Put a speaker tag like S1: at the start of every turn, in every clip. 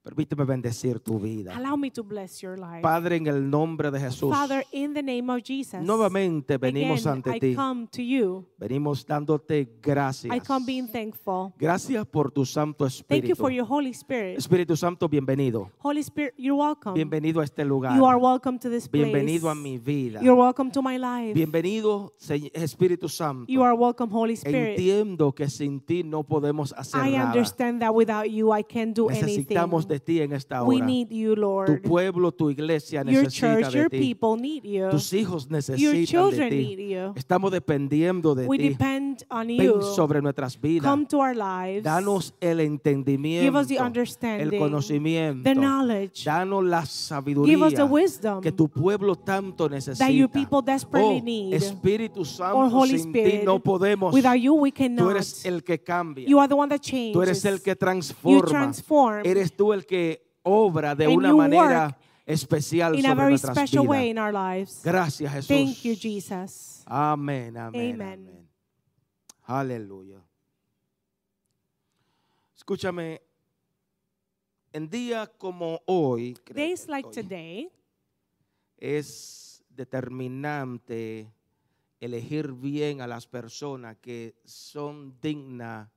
S1: Permíteme bendecir tu vida.
S2: Allow me to bless your life.
S1: Padre, en el nombre de Jesús,
S2: Father, in the name of Jesus.
S1: nuevamente venimos
S2: again,
S1: ante
S2: I
S1: ti.
S2: come to you.
S1: Venimos dándote gracias.
S2: I come being thankful.
S1: Gracias por tu Santo
S2: Thank you
S1: Espíritu.
S2: for your Holy Spirit.
S1: Espíritu Santo, bienvenido.
S2: Holy Spirit, you're welcome.
S1: Bienvenido a este lugar.
S2: Um, You are welcome to this place.
S1: Bienvenido a mi vida.
S2: You're welcome to my life.
S1: Bienvenido, Se- Espíritu Santo.
S2: You are welcome, Holy Spirit.
S1: Entiendo que sin ti no podemos hacer
S2: I
S1: nada.
S2: understand that without you, I can't do
S1: Necesitamos de
S2: anything.
S1: ti en esta
S2: We
S1: hora.
S2: need you,
S1: Tu
S2: Lord.
S1: pueblo, tu iglesia
S2: Your
S1: necesita
S2: church,
S1: de
S2: your
S1: ti.
S2: people need you.
S1: Tus hijos
S2: Your
S1: necesitan de
S2: children need
S1: ti.
S2: you.
S1: Estamos dependiendo de
S2: We
S1: ti.
S2: depend on
S1: Ven
S2: you.
S1: sobre nuestras vidas.
S2: Come to our lives.
S1: Danos el
S2: Give
S1: entendimiento,
S2: us the understanding,
S1: el conocimiento,
S2: the knowledge.
S1: danos la
S2: Give us the
S1: sabiduría
S2: wisdom
S1: que tu pueblo tanto necesita.
S2: that your people desperately
S1: oh,
S2: need.
S1: Espíritu Santo,
S2: or Holy
S1: sin
S2: Spirit.
S1: ti no podemos.
S2: Without you, we
S1: Tú
S2: cannot.
S1: eres el que cambia,
S2: You are the one that
S1: tú
S2: changes.
S1: eres el que
S2: you
S1: transforma,
S2: transform
S1: eres tú el que obra de
S2: And
S1: una
S2: you
S1: manera
S2: work
S1: especial
S2: in
S1: sobre
S2: a very
S1: nuestras
S2: special
S1: vidas.
S2: way in our lives.
S1: Gracias Jesús.
S2: Thank you, Jesus.
S1: Amén, amén,
S2: Amen.
S1: amén. Aleluya. Escúchame, en día como hoy, creo que
S2: Days like
S1: hoy,
S2: today,
S1: es determinante elegir bien a las personas que son dignas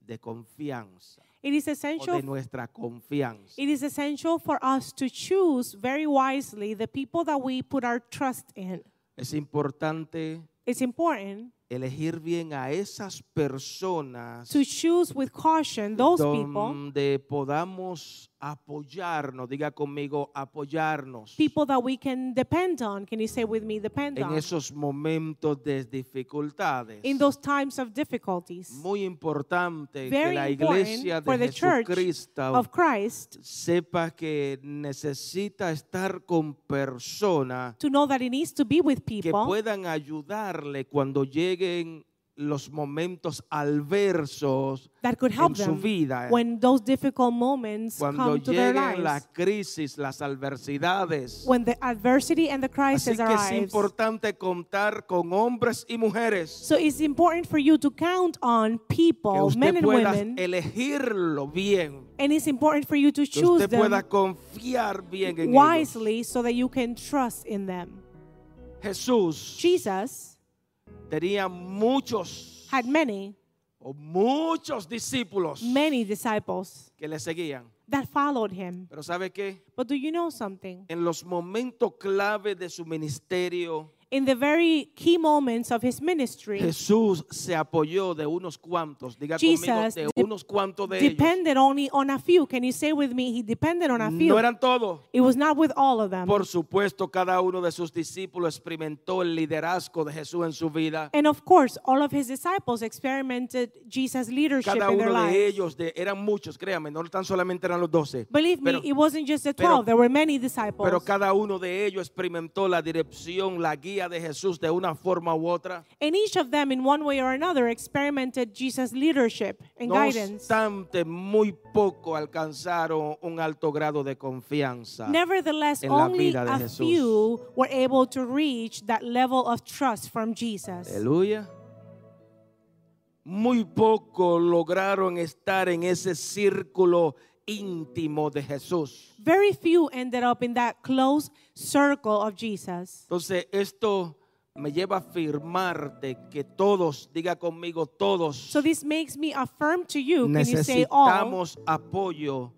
S1: de confianza
S2: it is
S1: o de
S2: essential.
S1: nuestra confianza.
S2: It is essential for us to choose very wisely the people that we put our trust in.
S1: Es importante
S2: It's important
S1: elegir bien a esas personas
S2: to choose with caution those people,
S1: donde podamos apoyarnos, diga conmigo, apoyarnos
S2: people that we can depend on. Can you say with me, depend
S1: en
S2: on?
S1: esos momentos de dificultades.
S2: In those times of difficulties,
S1: Muy importante que
S2: Very
S1: la
S2: important
S1: iglesia de
S2: for the church
S1: Jesucristo
S2: of Christ,
S1: sepa que necesita estar con personas
S2: to know that it needs to be with
S1: que
S2: people
S1: puedan ayudarle cuando lleguen los momentos adversos
S2: that could
S1: en
S2: help
S1: su
S2: them
S1: vida. eh.
S2: when those difficult moments
S1: Cuando
S2: come to their lives.
S1: lleguen las crisis, las adversidades,
S2: When the adversity and the
S1: Así
S2: crisis
S1: que es
S2: arrives.
S1: importante contar con hombres y mujeres
S2: So it's important for you to count on
S1: que
S2: people, men
S1: usted
S2: and
S1: pueda
S2: women,
S1: elegirlo bien,
S2: and it's important for you to
S1: que
S2: choose
S1: usted
S2: them
S1: pueda confiar bien en ellos.
S2: wisely so that you can trust in them.
S1: Jesús
S2: Jesus
S1: tenía muchos
S2: had many,
S1: o muchos discípulos
S2: many disciples
S1: que le seguían,
S2: that followed him.
S1: pero sabe qué?
S2: But do you know something?
S1: En los momentos clave de su ministerio,
S2: in the very key moments of his ministry
S1: Jesús se apoyó de unos cuantos, diga conmigo,
S2: Jesus
S1: de
S2: dep-
S1: unos cuantos de ellos.
S2: depended only on a few. Can you say with me, he depended on a few?
S1: No eran todos.
S2: it was not with all of them.
S1: Por supuesto, cada uno de sus discípulos experimentó el liderazgo de Jesús en su vida.
S2: and of course, all of his disciples experimented Jesus' leadership
S1: Cada
S2: in their
S1: uno
S2: lives.
S1: de ellos, de- eran muchos, créame, no tan solamente eran los doce.
S2: Believe me,
S1: Pero,
S2: it wasn't just the
S1: pero-
S2: 12, there were many disciples.
S1: pero cada uno de ellos experimentó la dirección, la guía de Jesús de una forma u otra.
S2: and each of them, in one way or another, experimented Jesus' leadership and
S1: No
S2: guidance.
S1: obstante, muy poco alcanzaron un alto grado de confianza.
S2: Nevertheless,
S1: en la
S2: only
S1: vida de
S2: a
S1: Jesús.
S2: few were able to reach that level of trust from Jesus.
S1: Aleluya. Muy poco lograron estar en ese círculo íntimo de Jesús.
S2: Very few ended up in that close circle of Jesus.
S1: Entonces, esto me lleva a afirmarte que todos, diga conmigo, todos
S2: So this makes me affirm to you, can you say all?
S1: necesitamos apoyo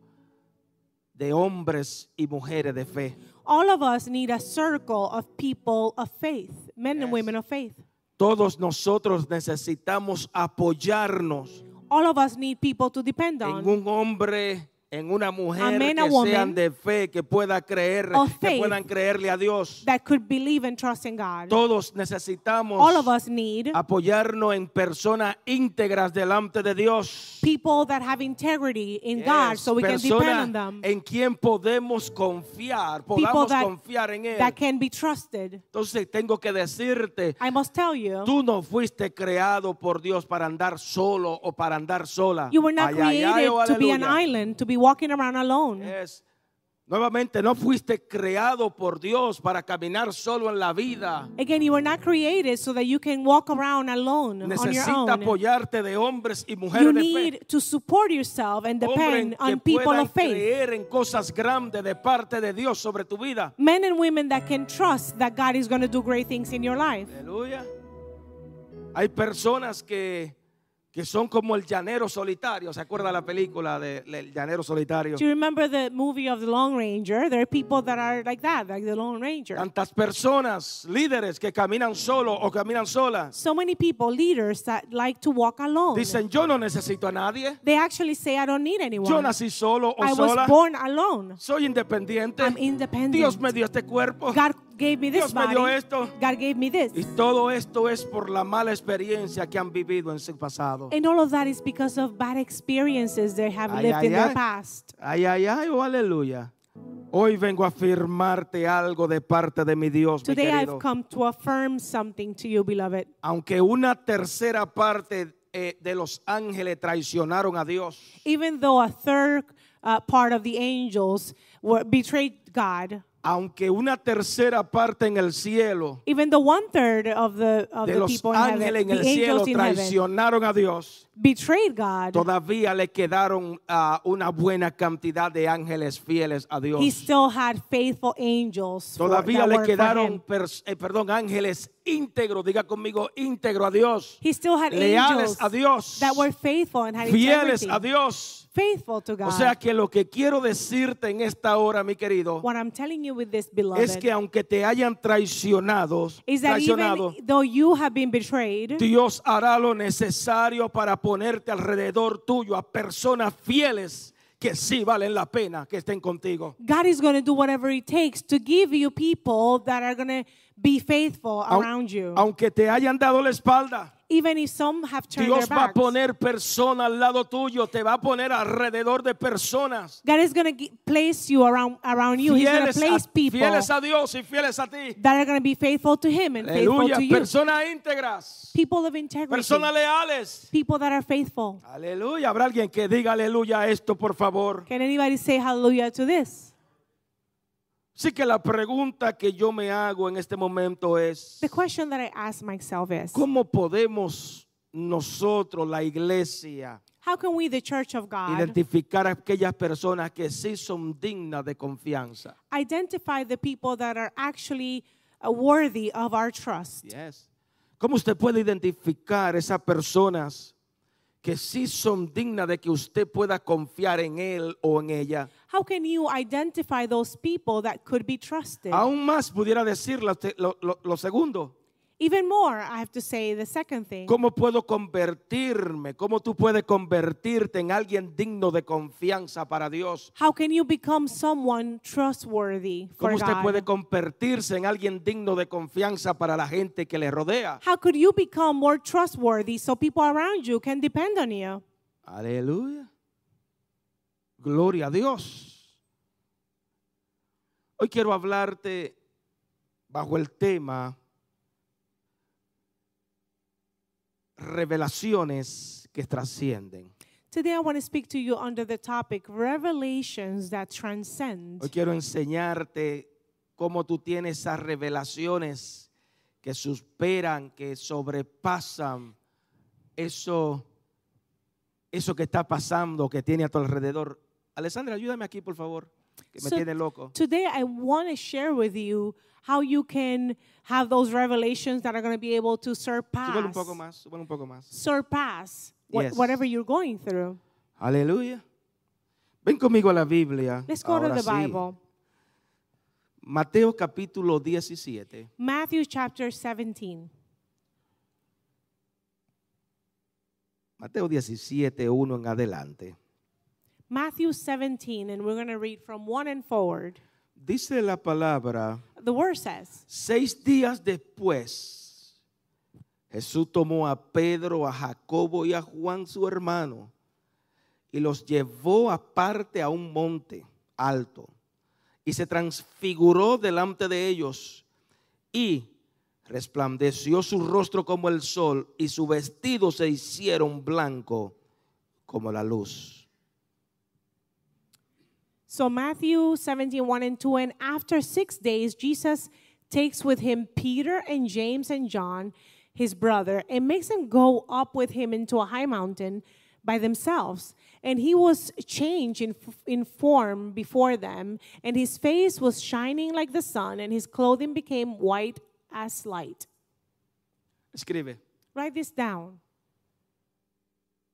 S1: de hombres y mujeres de fe.
S2: All of us need a circle of people of faith, men
S1: Yes.
S2: and women of faith.
S1: Todos nosotros necesitamos apoyarnos
S2: All of us need people to depend
S1: en
S2: on
S1: un hombre en una mujer
S2: man, a
S1: que sean
S2: woman
S1: de fe, que pueda creer,
S2: of
S1: que
S2: faith
S1: puedan creerle a Dios.
S2: that could believe and trust in God.
S1: Todos necesitamos
S2: All of us need
S1: apoyarnos en personas íntegras delante de Dios.
S2: people that have integrity in God
S1: Yes,
S2: so we can depend
S1: personas
S2: on them.
S1: en quien podemos confiar,
S2: People
S1: podamos
S2: that,
S1: confiar en él.
S2: that can be trusted.
S1: Entonces tengo que decirte,
S2: I must tell you,
S1: tú no fuiste creado por Dios para andar solo o para andar sola.
S2: you were not
S1: Ay, ay,
S2: created
S1: ay, oh,
S2: to be an
S1: aleluya.
S2: island, to be walking around alone.
S1: Yes. Nuevamente, no fuiste creado por Dios para caminar solo en la vida.
S2: Again, you were not created so that you can walk around alone on your
S1: Necesita
S2: own.
S1: apoyarte de hombres y
S2: You
S1: mujeres de fe.
S2: need to support yourself and
S1: Hombres
S2: depend
S1: que
S2: on people
S1: puedan
S2: of faith.
S1: creer en cosas grandes de parte de Dios sobre tu vida.
S2: Men and women that can trust that God is going to do great things in your life.
S1: Aleluya. Hay personas que, que son como el llanero solitario. ¿Se acuerda la película de- del llanero solitario?
S2: Do you remember the movie of The Lone Ranger? There are people that are like that, like The Lone Ranger.
S1: Tantas personas, líderes que caminan solo o caminan solas,
S2: So many people, leaders that like to walk alone.
S1: dicen yo no necesito a nadie.
S2: They actually say, I don't need
S1: Yo
S2: anyone.
S1: nací solo o
S2: I
S1: sola.
S2: was born alone.
S1: Soy independiente.
S2: I'm independent.
S1: Dios me dio este cuerpo.
S2: God gave me this
S1: Dios me dio
S2: body.
S1: esto.
S2: God gave me this.
S1: Y todo esto es por la mala experiencia que han vivido en su pasado.
S2: And all of that is because of bad experiences they have
S1: Ay,
S2: lived
S1: ay,
S2: in their
S1: ay.
S2: past.
S1: Ay, ay, ay, oh, aleluya. Hoy vengo a afirmarte algo de parte de mi Dios, mi
S2: Today
S1: querido.
S2: I've come to affirm something to you, beloved.
S1: Aunque una tercera parte eh, de los ángeles traicionaron a Dios,
S2: Even though a third uh, part of the angels were betrayed God,
S1: aunque una tercera parte en el cielo
S2: even though one third of the of
S1: de
S2: the
S1: los
S2: people in heaven,
S1: ángeles en
S2: the
S1: el cielo
S2: angels in heaven,
S1: traicionaron a Dios,
S2: betrayed God,
S1: todavía le quedaron ah, una buena cantidad de ángeles fieles a
S2: He
S1: Dios.
S2: still had faithful angels. for-
S1: Todavía
S2: that
S1: le
S2: worked for
S1: quedaron,
S2: him.
S1: pers- eh, perdón, ángeles íntegros, diga conmigo, íntegro a Dios.
S2: He still had
S1: leales
S2: angels
S1: a Dios,
S2: that were faithful and had
S1: fieles
S2: integrity,
S1: a Dios.
S2: faithful to God.
S1: O sea que lo que quiero decirte en esta hora, mi querido,
S2: what I'm telling you with this, beloved,
S1: es que aunque te hayan traicionado,
S2: is that
S1: traicionado,
S2: even though you have been betrayed,
S1: Dios hará lo necesario para ponerte alrededor tuyo a personas fieles que sí valen la pena que estén contigo.
S2: God is going to do whatever it takes to give you people that are going to be faithful
S1: Aun-
S2: around you.
S1: Aunque te hayan dado la espalda,
S2: even if some have turned
S1: Dios
S2: their
S1: va a
S2: backs.
S1: poner personas al lado tuyo, te va a poner alrededor de personas
S2: God is going to place you around around you. He's going
S1: fieles
S2: to place
S1: a,
S2: people
S1: fieles a Dios y fieles a ti.
S2: that are going to be faithful to Him and faithful
S1: Aleluya,
S2: to you.
S1: personas íntegras,
S2: people of integrity.
S1: personas leales.
S2: people that are faithful.
S1: Aleluya, habrá alguien que diga aleluya a esto, por favor.
S2: Can anybody say hallelujah to this?
S1: Así que la pregunta que yo me hago en este momento es,
S2: The question that I ask myself is
S1: ¿cómo podemos nosotros, la iglesia,
S2: how can we, the church of God,
S1: identificar a aquellas personas que sí son dignas de confianza?
S2: identify the people that are actually uh, worthy of our trust?
S1: Yes. ¿Cómo usted puede identificar esas personas que sí son dignas de que usted pueda confiar en él o en ella?
S2: How can you identify those people that could be trusted?
S1: Aún más pudiera decir la- lo, lo- lo segundo.
S2: Even more, I have to say the second thing.
S1: ¿Cómo puedo convertirme? ¿Cómo tú puedes convertirte en alguien digno de confianza para Dios?
S2: How can you become someone trustworthy for
S1: ¿Cómo usted
S2: God?
S1: puede convertirse en alguien digno de confianza para la gente que le rodea?
S2: How could you become more trustworthy so people around you can depend on you?
S1: Aleluya. Gloria a Dios. Hoy quiero hablarte bajo el tema revelaciones que trascienden.
S2: Today I want to speak to you under the topic revelations that
S1: Hoy
S2: transcend.
S1: quiero enseñarte cómo tú tienes esas revelaciones que superan, que sobrepasan eso, eso que está pasando, que tiene a tu alrededor. Alessandra, ayúdame aquí, por favor, que me
S2: So-
S1: tiene loco.
S2: Today I want to share with you how you can have those revelations that are going to be able to
S1: Súbelo un
S2: surpass
S1: poco más, súbelo un poco más.
S2: surpass what-
S1: Yes.
S2: whatever you're going through.
S1: Aleluya. Ven conmigo a la Biblia.
S2: Let's go
S1: ahora
S2: to the
S1: sí.
S2: Bible.
S1: Mateo capítulo 17.
S2: Matthew chapter 17.
S1: Mateo 17, 1 en adelante.
S2: Matthew 17, and we're going to read from 1 and forward.
S1: Dice la palabra,
S2: The word says,
S1: seis días después, Jesús tomó a Pedro, a Jacobo y a Juan su hermano y los llevó aparte a un monte alto y se transfiguró delante de ellos y resplandeció su rostro como el sol y su vestido se hicieron blanco como la luz.
S2: So Matthew 17, 1 and 2, and after six days, Jesus takes with him Peter and James and John, his brother, and makes them go up with him into a high mountain by themselves. And he was changed in, in form before them, and his face was shining like the sun, and his clothing became white as light.
S1: Escribe.
S2: Write this down.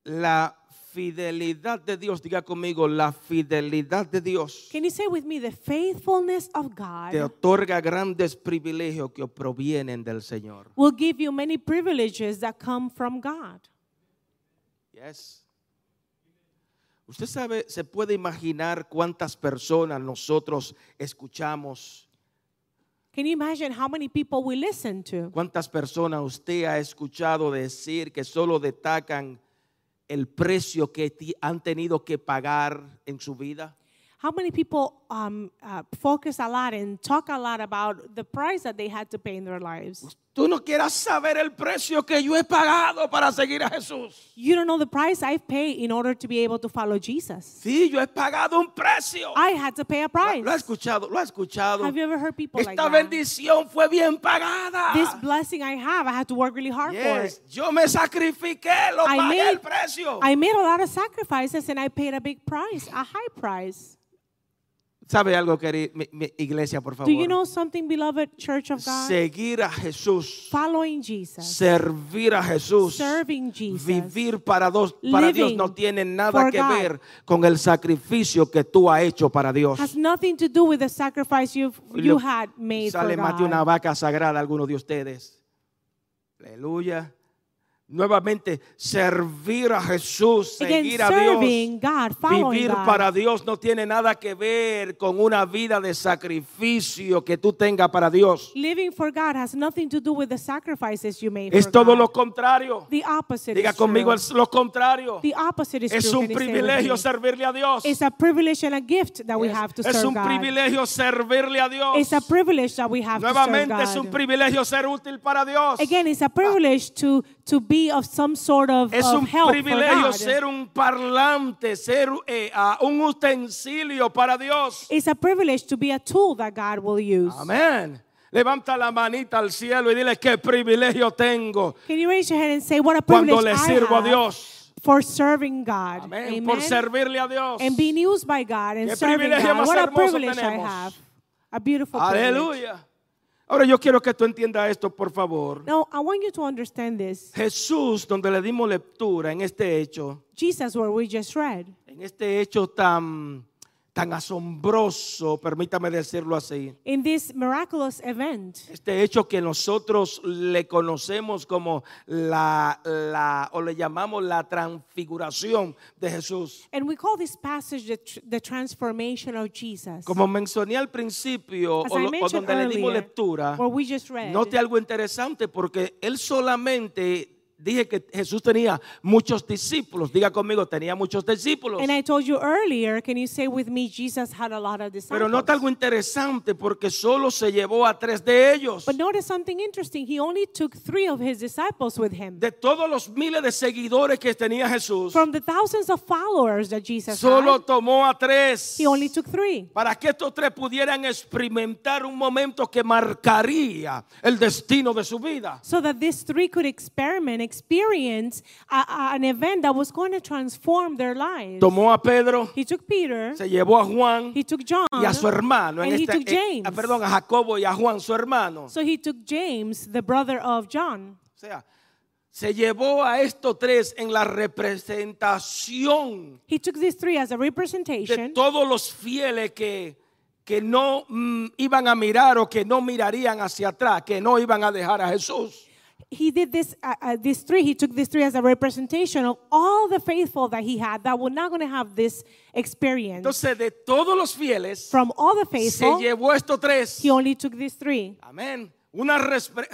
S1: la fidelidad de Dios, diga conmigo, la fidelidad de Dios
S2: Can you say with me the faithfulness of God?
S1: te otorga grandes privilegios que provienen del Señor.
S2: will give you many privileges that come from God.
S1: Yes. Usted sabe, se puede imaginar cuántas personas nosotros escuchamos,
S2: Can you imagine how many people we listen to?
S1: cuántas personas usted ha escuchado decir que solo destacan el precio que ti- han tenido que pagar en su vida.
S2: How many people um, uh, focus a lot and talk a lot about the price that they had to pay in their lives?
S1: Tú no quieras saber el precio que yo he pagado para seguir a Jesús.
S2: You don't know the price I've paid in order to be able to follow Jesus.
S1: Sí, yo he pagado un precio.
S2: I had to pay a price.
S1: Lo ha escuchado, lo ha escuchado.
S2: Have you ever heard people like
S1: Esta
S2: that?
S1: bendición fue bien pagada.
S2: This blessing I have, I had to work really hard for it.
S1: Yes, Yo me sacrifiqué, lo
S2: I
S1: pagué
S2: made-
S1: el precio.
S2: I made a lot of sacrifices and I paid a big price, a high price.
S1: ¿Sabe algo, querida mi, mi iglesia, por favor?
S2: Do you know something, beloved Church of God?
S1: Seguir a Jesús,
S2: Following Jesus.
S1: servir a Jesús,
S2: Serving Jesus.
S1: vivir para, dos, para Dios
S2: Living
S1: no tiene nada
S2: for
S1: que
S2: God.
S1: ver con el sacrificio que tú has hecho para Dios.
S2: has nothing to do with the sacrifice you've, you had made
S1: Sale
S2: for
S1: más de
S2: God.
S1: una vaca sagrada a alguno de ustedes. Aleluya. Nuevamente, servir a Jesús,
S2: Again,
S1: seguir a
S2: serving
S1: Dios.
S2: God, following
S1: Vivir
S2: God.
S1: para Dios no tiene nada que ver con una vida de sacrificio que tú tengas para Dios.
S2: Living for God has nothing to do with the sacrifices you made
S1: Es
S2: for
S1: todo
S2: God.
S1: lo contrario.
S2: the opposite
S1: Diga
S2: is true.
S1: conmigo, es lo contrario.
S2: the opposite is
S1: Es
S2: true.
S1: un
S2: Can you say with
S1: privilegio
S2: me?
S1: servirle a Dios.
S2: It's a privilege and a gift that we have to
S1: Es
S2: serve
S1: un
S2: God.
S1: privilegio servirle a Dios.
S2: It's a privilege that we have
S1: Nuevamente
S2: to
S1: es
S2: serve
S1: un
S2: God.
S1: privilegio ser útil para Dios.
S2: Again, it's a privilege to, to be of some sort of,
S1: Es
S2: of
S1: un
S2: help for
S1: privilegio
S2: God.
S1: ser un parlante, ser eh, ah, un utensilio para Dios.
S2: it's a privilege to be a tool that God will use.
S1: Amén. Levanta la manita al cielo y dile qué privilegio tengo
S2: Can you raise your hand and say what a privilege
S1: cuando le
S2: I
S1: sirvo a
S2: have
S1: Dios.
S2: for serving God.
S1: Amén. Por
S2: Amen.
S1: servirle a Dios.
S2: and being used by God and
S1: Qué
S2: serving
S1: privilegio
S2: God.
S1: más
S2: What a
S1: hermoso
S2: privilege
S1: tenemos.
S2: I have. A beautiful privilege.
S1: Aleluya. Ahora yo quiero que tú entiendas esto, por favor.
S2: Now, I want you to understand this.
S1: Jesús, donde le dimos lectura en este hecho,
S2: Jesus, where we just read,
S1: en este hecho tan, tan asombroso, permítame decirlo así.
S2: in this miraculous event,
S1: Este hecho que nosotros le conocemos como la, la- o le llamamos la transfiguración de Jesús.
S2: and we call this passage the, tr- the transformation of Jesus.
S1: Como mencioné al principio
S2: As
S1: o,
S2: I
S1: lo- o
S2: mentioned
S1: donde le dimos
S2: earlier,
S1: lectura,
S2: where we just read,
S1: note algo interesante porque él solamente dije que Jesús tenía muchos discípulos. Diga conmigo, tenía muchos discípulos.
S2: and I told you earlier, can you say with me, Jesus had a lot of
S1: Pero
S2: disciples?
S1: nota algo interesante porque solo se llevó a tres de ellos.
S2: but notice something interesting. He only took three of his disciples with him.
S1: De todos los miles de seguidores que tenía Jesús,
S2: From the thousands of followers that Jesus
S1: solo
S2: had,
S1: tomó a tres.
S2: he only took three.
S1: Para que estos tres pudieran experimentar un momento que marcaría el destino de su vida.
S2: so that these three could experiment, experience a- a- an event that was going to transform their lives.
S1: Tomó a Pedro,
S2: He took Peter,
S1: se llevó a Juan
S2: he took John,
S1: y a su hermano. en
S2: and he
S1: esta-
S2: took
S1: eh,
S2: James.
S1: ah, perdón, a Jacobo y a Juan, su hermano.
S2: so he took James, the brother of John.
S1: O sea, se llevó a estos tres en la representación
S2: He took these three as a
S1: de
S2: representation
S1: todos los fieles que, que no mm, iban a mirar o que no mirarían hacia atrás, que no iban a dejar a Jesús.
S2: he did this uh, uh, these three he took these three as a representation of all the faithful that he had that were not going to have this experience
S1: Entonces, de todos los fieles,
S2: from all the
S1: se
S2: faithful
S1: llevó estos tres.
S2: he only took these three
S1: Amén. Una respre-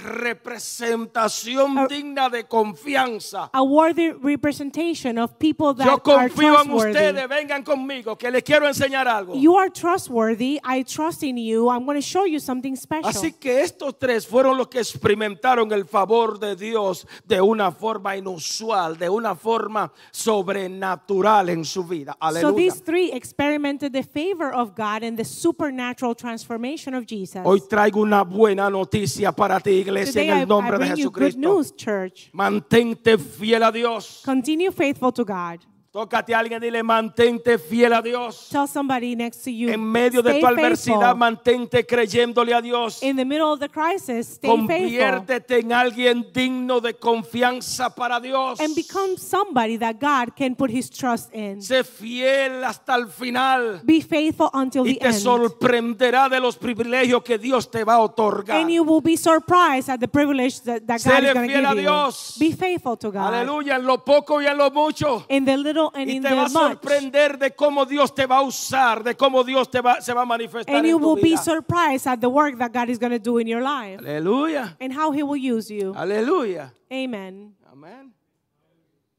S1: representación
S2: A-
S1: digna de confianza.
S2: a worthy representation of people that
S1: Yo
S2: are
S1: confío en
S2: trustworthy
S1: ustedes, vengan conmigo, que les quiero enseñar algo.
S2: you are trustworthy i trust in you i'm going to show you something special
S1: Así que estos tres fueron los que experimentaron el favor de Dios de una forma inusual, de una forma sobrenatural en su vida.
S2: so
S1: Aleluya.
S2: these three experimented the favor of god and the supernatural transformation of jesus
S1: Hoy traigo una buena noticia para ti, iglesia,
S2: today
S1: en
S2: I,
S1: el nombre
S2: I
S1: de
S2: bring you good
S1: Jesucristo.
S2: news church
S1: Mantente fiel a Dios.
S2: continue faithful to god
S1: Tócate a alguien y dile, mantente fiel a Dios.
S2: Tell somebody next to you.
S1: En medio de
S2: stay
S1: tu adversidad,
S2: faithful.
S1: mantente creyéndole a Dios.
S2: In the middle of the crisis, stay faithful.
S1: Conviértete en alguien digno de confianza para Dios.
S2: And become somebody that God can put his trust in.
S1: Sé fiel hasta el final
S2: Be faithful until
S1: y
S2: the
S1: te
S2: end.
S1: sorprenderá de los privilegios que Dios te va a otorgar.
S2: And you will be surprised at the privilege that, that God
S1: Séle
S2: is going to
S1: fiel
S2: give
S1: a
S2: you.
S1: Dios.
S2: Be faithful to God.
S1: Aleluya, en lo poco y en lo mucho.
S2: In the little and
S1: Y
S2: in
S1: te va
S2: the
S1: a
S2: much.
S1: sorprender de cómo Dios te va a usar, de cómo Dios te va, se va a manifestar
S2: And
S1: en
S2: you
S1: tu
S2: will be
S1: vida.
S2: surprised at the work that God is going to do in your life.
S1: Aleluya,
S2: And how he will use you.
S1: aleluya.
S2: Amen.
S1: Amén.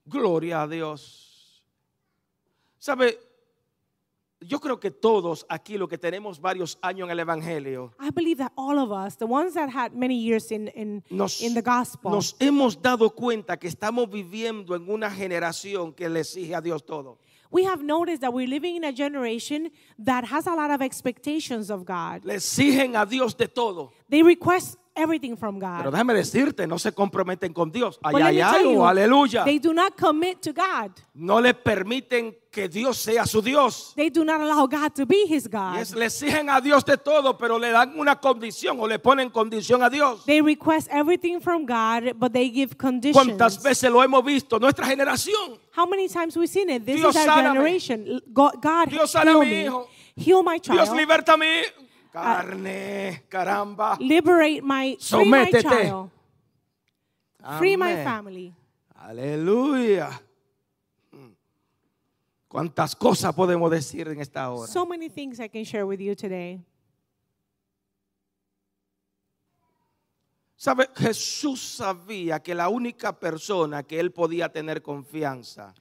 S1: Gloria a Dios. ¿Sabe? Yo creo que todos aquí, los que tenemos varios años en el Evangelio,
S2: I believe that all of us, the ones that had many years in, in,
S1: nos,
S2: in the gospel,
S1: nos hemos dado cuenta que estamos viviendo en una generación que le exige a Dios todo.
S2: We have noticed that we're living in a generation that has a lot of expectations of God.
S1: Le exigen a Dios de todo.
S2: They request everything from
S1: Pero
S2: God.
S1: déjame decirte, no se comprometen con Dios.
S2: But let
S1: Ay, ay,
S2: me tell
S1: algo,
S2: you,
S1: aleluya.
S2: They do not commit to God.
S1: No le permiten que Dios sea su Dios.
S2: They do not allow God to be his
S1: Y
S2: God.
S1: es- le exigen a Dios de todo, pero le dan una condición o le ponen condición a Dios.
S2: They request everything from God, but they give conditions.
S1: ¿Cuántas veces lo hemos visto? Nuestra generación.
S2: How many times we've seen it? This
S1: Dios
S2: is our
S1: sáname.
S2: generation. L- God, God
S1: Dios sana a
S2: heal
S1: mi
S2: me.
S1: hijo.
S2: Heal my
S1: Dios
S2: child. Ah.
S1: liberta a mí. Carne, caramba.
S2: Liberate my, free my
S1: Sométete.
S2: child. Free my
S1: Amén.
S2: family.
S1: Aleluya. ¿Cuántas cosas podemos decir en esta hora?
S2: So many things I can share with you today.
S1: ¿Sabe? Jesús sabía que la única persona que él podía tener confianza,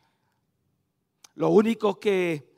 S1: lo único que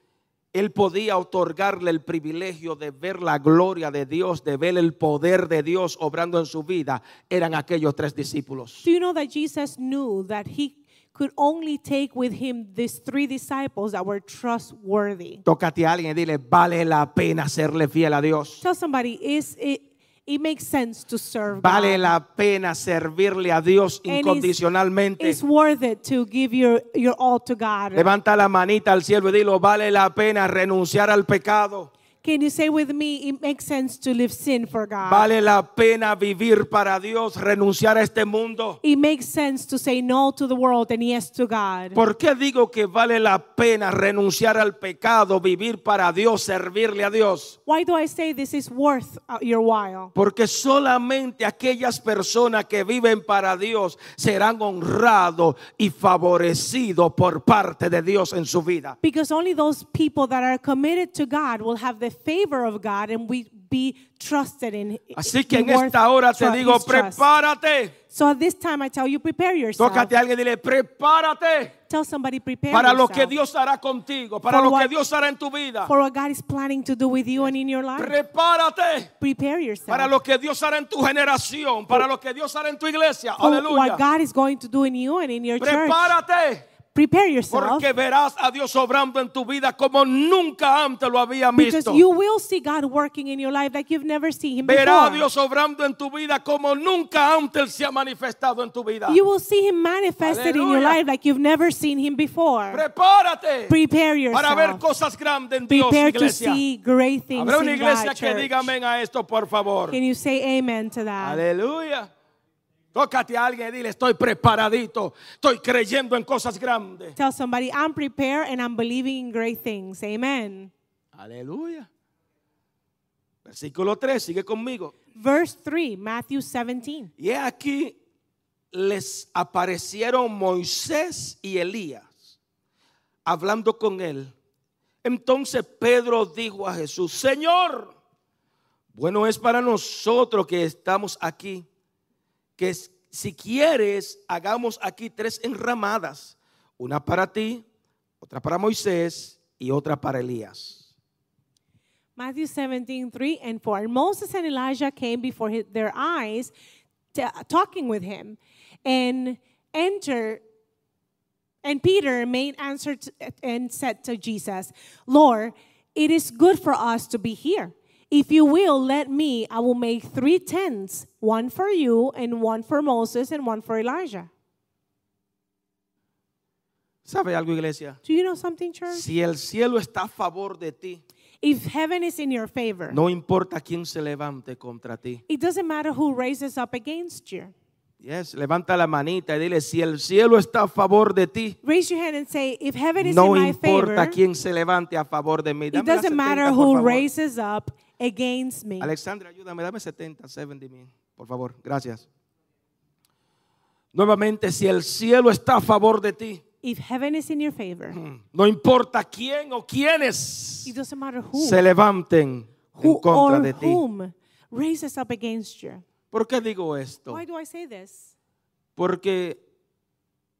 S1: él podía otorgarle el privilegio de ver la gloria de Dios, de ver el poder de Dios obrando en su vida, eran aquellos tres discípulos.
S2: Do you know that Jesus knew that he could only take with him these three disciples that were trustworthy?
S1: Tócate a alguien y dile, vale la pena serle fiel a Dios.
S2: Tell somebody, is it it makes sense to serve
S1: Vale
S2: God.
S1: la pena servirle a Dios
S2: And it's-
S1: incondicionalmente.
S2: It's worth it to give your your all to God.
S1: Levanta la manita al cielo y dilo, vale la pena renunciar al pecado.
S2: Can you say with me, it makes sense to live sin for God?
S1: Vale la pena vivir para Dios, renunciar a este mundo.
S2: It makes sense to say no to the world and yes to God.
S1: ¿Por qué digo que vale la pena renunciar al pecado, vivir para Dios, servirle a Dios?
S2: Why do I say this is worth uh, your while?
S1: Porque solamente aquellas personas que viven para Dios serán honrados y favorecidos por parte de Dios en su vida.
S2: Because only those people that are committed to God will have the favor of God and we be trusted in
S1: Así que
S2: be
S1: en
S2: worth
S1: esta hora te
S2: tru-
S1: digo,
S2: his trust.
S1: prepárate.
S2: So at this time I tell you prepare yourself.
S1: Tócate a alguien y dile, prepárate.
S2: Tell somebody prepare
S1: para lo
S2: yourself
S1: que Dios hará contigo, para
S2: For
S1: lo que
S2: what-
S1: Dios hará en tu vida.
S2: for what God is planning to do with you and in your life.
S1: Prepárate
S2: prepare yourself.
S1: para lo que Dios hará en tu generación, para lo que Dios hará en tu iglesia.
S2: for what
S1: Aleluya.
S2: God is going to do in you and in your church.
S1: Prepárate
S2: Prepare yourself
S1: porque verás a Dios obrando en tu vida como nunca antes lo había
S2: because
S1: visto.
S2: you will see God working in your life like you've never seen him
S1: Verás a
S2: before.
S1: Dios obrando en tu vida como nunca antes Él se ha manifestado en tu vida.
S2: You will see him manifested in your
S1: Aleluya.
S2: life like you've never seen him before.
S1: Prepárate
S2: Prepare yourself.
S1: para ver cosas grandes en Dios,
S2: Prepare to
S1: iglesia.
S2: see great things
S1: Habrá una
S2: in God,
S1: iglesia que
S2: church.
S1: diga amén a esto, por favor.
S2: Can you say amen to that?
S1: Aleluya. Tócate a alguien y dile, estoy preparadito, estoy creyendo en cosas grandes.
S2: Tell somebody, I'm prepared and I'm believing in great things. Amen.
S1: Aleluya. Versículo 3, sigue conmigo.
S2: Verse 3, Matthew 17.
S1: Y he aquí les aparecieron Moisés y Elías hablando con él. Entonces Pedro dijo a Jesús, Señor, bueno es para nosotros que estamos aquí, que si quieres hagamos aquí tres enramadas, una para ti, otra para Moisés y otra para Elías.
S2: Matthew 17, 3 and 4. And Moses and Elijah came before hi- their eyes, t- talking with him. And enter, and Peter made answer to, and said to Jesus, Lord, it is good for us to be here. If you will, let me, I will make three tents one for you, and one for Moses, and one for Elijah.
S1: ¿Sabe algo, iglesia?
S2: Do you know something, church?
S1: Si el cielo está a favor de ti,
S2: If heaven is in your favor,
S1: no importa quién se levante contra ti.
S2: it doesn't matter who raises up against you.
S1: Yes, levanta la manita y dile, si el cielo está a favor de ti,
S2: Raise your hand and say, if heaven is
S1: no
S2: in my
S1: importa
S2: favor,
S1: quién se levante a favor de mí.
S2: it
S1: Dame la
S2: doesn't matter
S1: 70, por
S2: who
S1: favor.
S2: raises up against me.
S1: Alexandra, ayúdame, dame 70, 70 mil, por favor, gracias. Nuevamente, si el cielo está a favor de ti,
S2: If heaven is in your favor,
S1: no importa quién o quiénes
S2: it doesn't matter who,
S1: se levanten en
S2: who
S1: contra
S2: or
S1: de ti.
S2: whom raises up against you.
S1: ¿Por qué digo esto?
S2: Why do I say this?
S1: Porque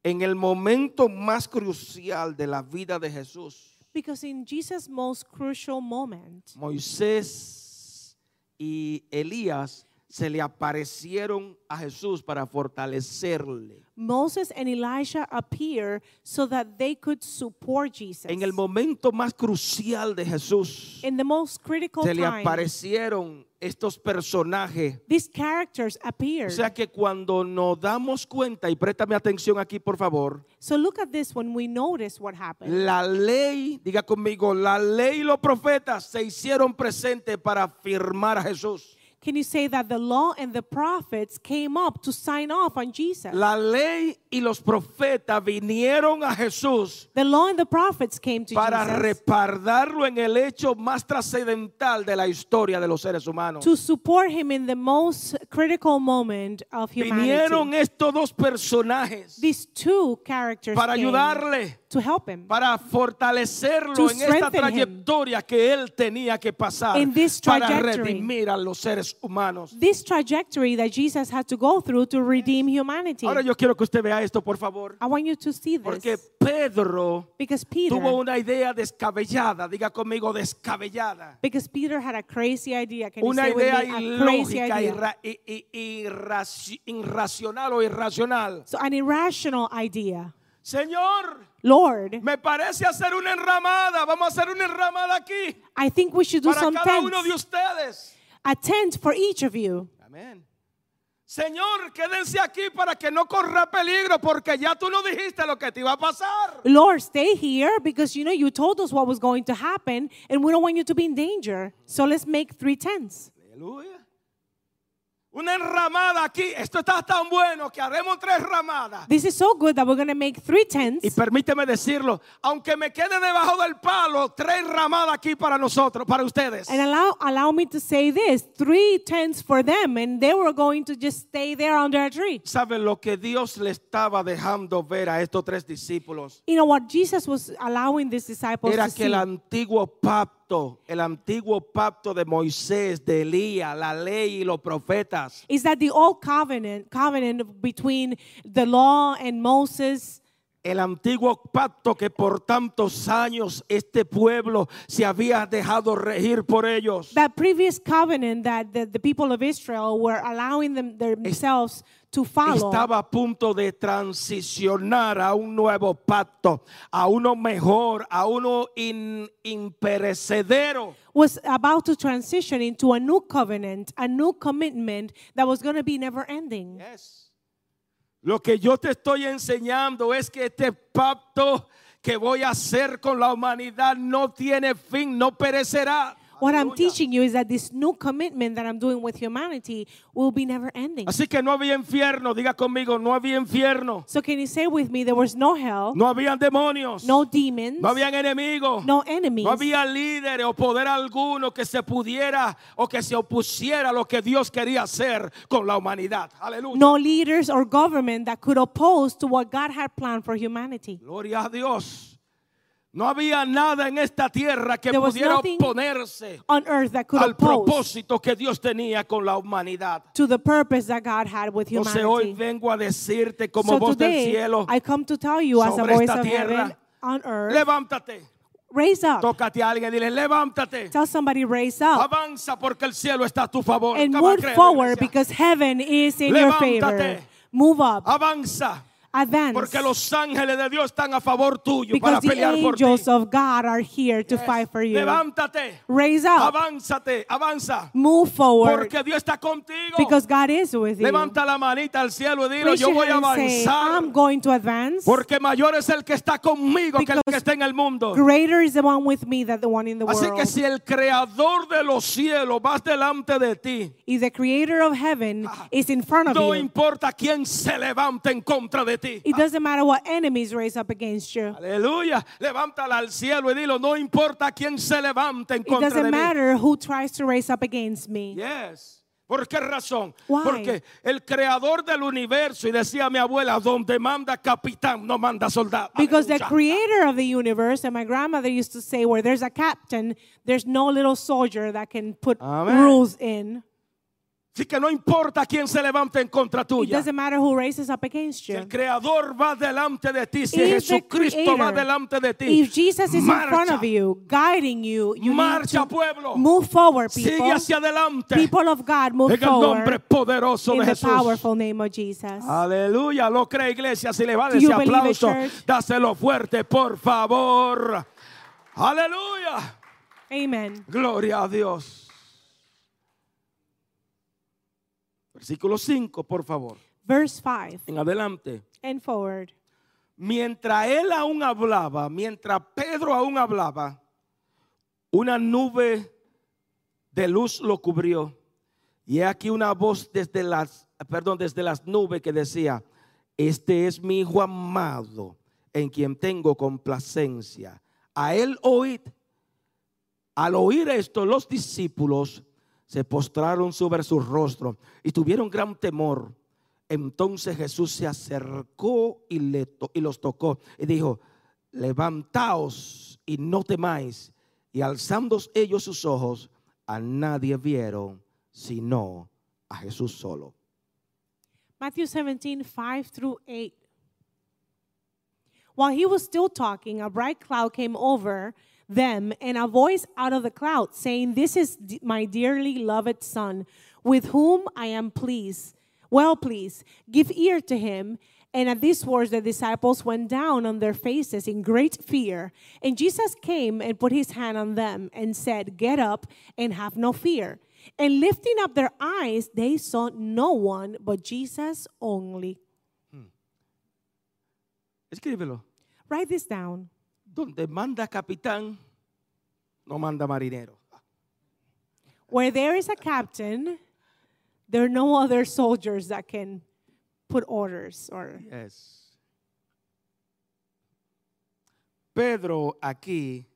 S1: en el momento más crucial de la vida de Jesús,
S2: Because in Jesus' most crucial moment,
S1: Moisés y Elías se le aparecieron a Jesús para fortalecerle.
S2: Moses and Elijah appear so that they could support Jesus.
S1: En el momento más crucial de Jesús,
S2: in the most critical
S1: se le
S2: time,
S1: aparecieron estos personajes.
S2: these characters
S1: O
S2: appear.
S1: sea que cuando nos damos cuenta, y préstame atención aquí por favor,
S2: so look at this when we notice what happened.
S1: la ley, diga conmigo, la ley y los profetas se hicieron presentes para afirmar a Jesús.
S2: Can you say that the law and the prophets came up to sign off on Jesus?
S1: La ley y los profetas vinieron a Jesús
S2: the law and the prophets came to
S1: para
S2: Jesus
S1: repardarlo en el hecho más trascendental de la historia de los seres humanos.
S2: to support him in the most critical moment of
S1: Vinieron
S2: humanity.
S1: estos dos personajes
S2: These two characters
S1: para
S2: came
S1: ayudarle.
S2: to help him
S1: para fortalecerlo
S2: To
S1: en esta
S2: strengthen him.
S1: trayectoria que él tenía que pasar
S2: In this
S1: para
S2: trajectory.
S1: redimir a los seres humanos.
S2: this trajectory that Jesus had to go through to redeem humanity.
S1: Ahora yo quiero que usted vea esto, por favor,
S2: I want you to see this
S1: porque Pedro
S2: because Peter
S1: tuvo una idea descabellada, diga conmigo descabellada,
S2: because Peter had a crazy idea. Can
S1: una
S2: you say
S1: idea
S2: with me, a crazy
S1: ilógica,
S2: idea?
S1: irra- i- i- irraci- irracional o irracional.
S2: so an irrational idea.
S1: Señor,
S2: Lord,
S1: me parece hacer una enramada, vamos a hacer una enramada aquí
S2: I think we should do
S1: para
S2: some
S1: cada uno
S2: tents.
S1: de ustedes.
S2: a tent for each of you.
S1: Amén. Señor, quédense aquí para que no corra peligro, porque ya tú no dijiste lo que te iba a pasar.
S2: Lord, stay here because you know you told us what was going to happen and we don't want you to be in danger. So let's make three tents.
S1: Aleluya. Una enramada aquí. Esto está tan bueno que haremos tres ramadas.
S2: This is so good that we're going to make three tents.
S1: Y permíteme decirlo, aunque me quede debajo del palo, tres ramadas aquí para nosotros, para ustedes.
S2: And allow allow me to say this, three tents for them and they were going to just stay there under a tree.
S1: ¿Saben lo que Dios le estaba dejando ver a estos tres discípulos?
S2: You know what Jesus was allowing these disciples
S1: era
S2: to
S1: que
S2: see
S1: el antiguo pacto, el antiguo pacto de Moisés, de Elías, la ley y los profetas,
S2: is that the old covenant covenant between the law and Moses
S1: el antiguo pacto que por tantos años este pueblo se había dejado regir por ellos,
S2: that previous covenant that the, the people of Israel were allowing them themselves to follow
S1: estaba a punto de transicionar a un nuevo pacto, a uno mejor, a uno in- imperecedero.
S2: was about to transition into a new covenant, a new commitment that was going to be never ending.
S1: Yes. Lo que yo te estoy enseñando es que este pacto que voy a hacer con la humanidad no tiene fin, no perecerá.
S2: What I'm
S1: Aleluya.
S2: teaching you is that this new commitment that I'm doing with humanity will be never ending.
S1: Así que no había infierno, diga conmigo, no había infierno,
S2: So can you say with me there was no hell,
S1: no habían demonios,
S2: no demons,
S1: no habían enemigos,
S2: no enemies,
S1: no había líderes o poder alguno que se pudiera o que se opusiera a lo que Dios quería hacer con la humanidad. Aleluya.
S2: no leaders or government that could oppose to what God had planned for humanity.
S1: Gloria a Dios. No había nada en esta tierra que
S2: There was
S1: pudiera
S2: nothing
S1: oponerse
S2: On earth that could
S1: al
S2: oppose
S1: propósito que Dios tenía con la humanidad.
S2: to the purpose that God had with
S1: Entonces hoy
S2: humanity.
S1: vengo a decirte como
S2: So
S1: voz del
S2: today
S1: cielo,
S2: I come to tell you as a
S1: sobre
S2: voice
S1: esta
S2: of heaven
S1: tierra,
S2: on earth,
S1: levántate,
S2: raise up.
S1: tócate a alguien, dile, levántate,
S2: Tell somebody raise up
S1: avanza porque el cielo está a tu favor.
S2: and
S1: Come on,
S2: move
S1: créelo,
S2: forward
S1: iglesia.
S2: because heaven is in your favor.
S1: Levántate.
S2: Move up,
S1: Avanza
S2: advance.
S1: porque los ángeles de Dios están a favor tuyo para
S2: Because the
S1: pelear por ti.
S2: angels of God are here to fight for you.
S1: Levántate,
S2: Raise up,
S1: avánzate, avanza
S2: move forward,
S1: porque Dios está contigo.
S2: because God is with you.
S1: Levanta la manita al cielo y dile,
S2: Raise
S1: yo
S2: your
S1: voy a
S2: hand and say,
S1: avanzar.
S2: I'm going to advance.
S1: Porque mayor es el que está conmigo que el que
S2: Because
S1: está en el mundo.
S2: Greater is the one with me than the one in the
S1: Así
S2: world.
S1: que si el creador de los cielos va delante de ti,
S2: If the creator of heaven
S1: Ah.
S2: is in front of
S1: no
S2: you,
S1: importa quién se levante en contra de ti.
S2: it doesn't matter what enemies raise up against you.
S1: Ah. Aleluya. Levántala al cielo y dilo, no importa quién se levante en
S2: It
S1: contra de
S2: doesn't
S1: mí.
S2: matter who tries to raise up against me.
S1: Yes. ¿Por qué razón?
S2: Why?
S1: Porque el creador del universo, y decía mi abuela, donde manda capitán, no manda soldado.
S2: Because the
S1: Aleluya.
S2: creator of the universe, and my grandmother used to say, where there's a captain, there's no little soldier that can put
S1: Amen.
S2: rules in.
S1: Así que no importa quién se levante en contra
S2: It
S1: tuya.
S2: doesn't matter who raises up against
S1: Si
S2: you.
S1: el Creador va delante de ti, si
S2: If the
S1: Jesucristo va
S2: Creator-
S1: delante de ti,
S2: If Jesus is in front of
S1: marcha.
S2: you, guiding you, you need
S1: marcha
S2: to
S1: pueblo,
S2: move forward,
S1: sigue
S2: people.
S1: hacia adelante
S2: People of God, move
S1: en el nombre
S2: forward
S1: poderoso
S2: in
S1: de
S2: the
S1: Jesús.
S2: powerful name of Jesus.
S1: Aleluya, lo cree iglesia, si le va
S2: Do
S1: ese
S2: you believe it,
S1: aplauso,
S2: church?
S1: dáselo fuerte, por favor. Aleluya,
S2: Amen.
S1: gloria a Dios. Versículo 5, por favor,
S2: Verse 5
S1: en adelante.
S2: and forward.
S1: Mientras él aún hablaba, mientras Pedro aún hablaba, una nube de luz lo cubrió. Y he aquí una voz desde las, perdón, desde las nubes que decía, este es mi hijo amado en quien tengo complacencia. A él oíd. Al oír esto, los discípulos se postraron sobre su rostro y tuvieron gran temor. Entonces Jesús se acercó y, le to- y los tocó y dijo, levantaos y no temáis. Y alzando ellos sus ojos, a nadie vieron sino a Jesús solo.
S2: Matthew 17, 5 through 8. While he was still talking, a bright cloud came over them, and a voice out of the cloud saying, This is d- my dearly loved son, with whom I am pleased. Well pleased, give ear to him. And at these words, the disciples went down on their faces in great fear. And Jesus came and put his hand on them and said, Get up and have no fear. And lifting up their eyes, they saw no one but Jesus only.
S1: Escríbelo.
S2: Write this down.
S1: Donde manda capitán, no manda marinero.
S2: Where there is a captain, there are no other soldiers that can put orders or
S1: Yes. Pedro aquí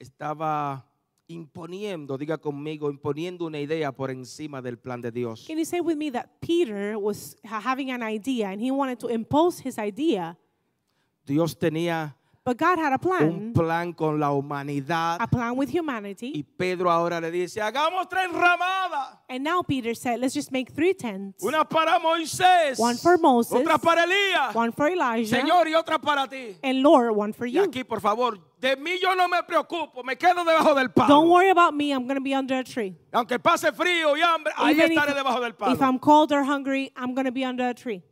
S1: estaba imponiendo, diga conmigo, imponiendo una idea por encima del plan de Dios.
S2: Can you say with me that Peter was ha- having an idea and he wanted to impose his idea,
S1: Dios tenía
S2: but God had a
S1: un
S2: plan,
S1: plan con la humanidad
S2: a plan with
S1: y
S2: humanity.
S1: Pedro ahora le dice, hagamos tres ramadas.
S2: And now Peter said, let's just make three tents,
S1: Una para Moisés,
S2: One for Moses,
S1: otra para Elías,
S2: one for Elijah
S1: Señor y otra para ti.
S2: and Lord, one for
S1: Y
S2: you.
S1: aquí, por favor, de mí yo no me preocupo, me quedo debajo del palo.
S2: Don't worry about me, I'm going to be under a tree.
S1: Aunque pase frío y hambre, ahí
S2: Even
S1: estaré debajo del
S2: if,
S1: palo.
S2: if I'm cold or hungry, I'm going to be under a tree.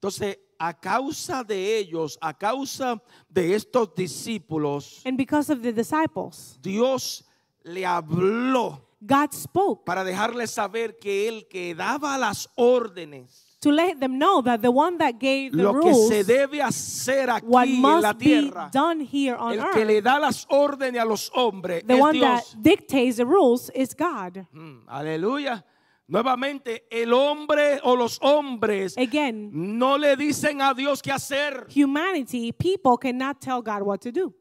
S1: Entonces, a causa de ellos, a causa de estos discípulos,
S2: And because of the disciples,
S1: Dios le habló
S2: God spoke
S1: para dejarles saber que él que daba las órdenes,
S2: to let them know that the one that gave the
S1: lo que
S2: rules,
S1: se debe hacer
S2: what
S1: aquí en la
S2: must be
S1: tierra,
S2: done here on
S1: el
S2: earth,
S1: que le da las órdenes a los hombres
S2: the
S1: es
S2: one
S1: Dios.
S2: that dictates the rules is God.
S1: Mm, Aleluya. Nuevamente, el hombre o los
S2: Eh,
S1: hombres
S2: Again,
S1: no le dicen a Dios qué hacer.
S2: humanity, people cannot tell God what to do.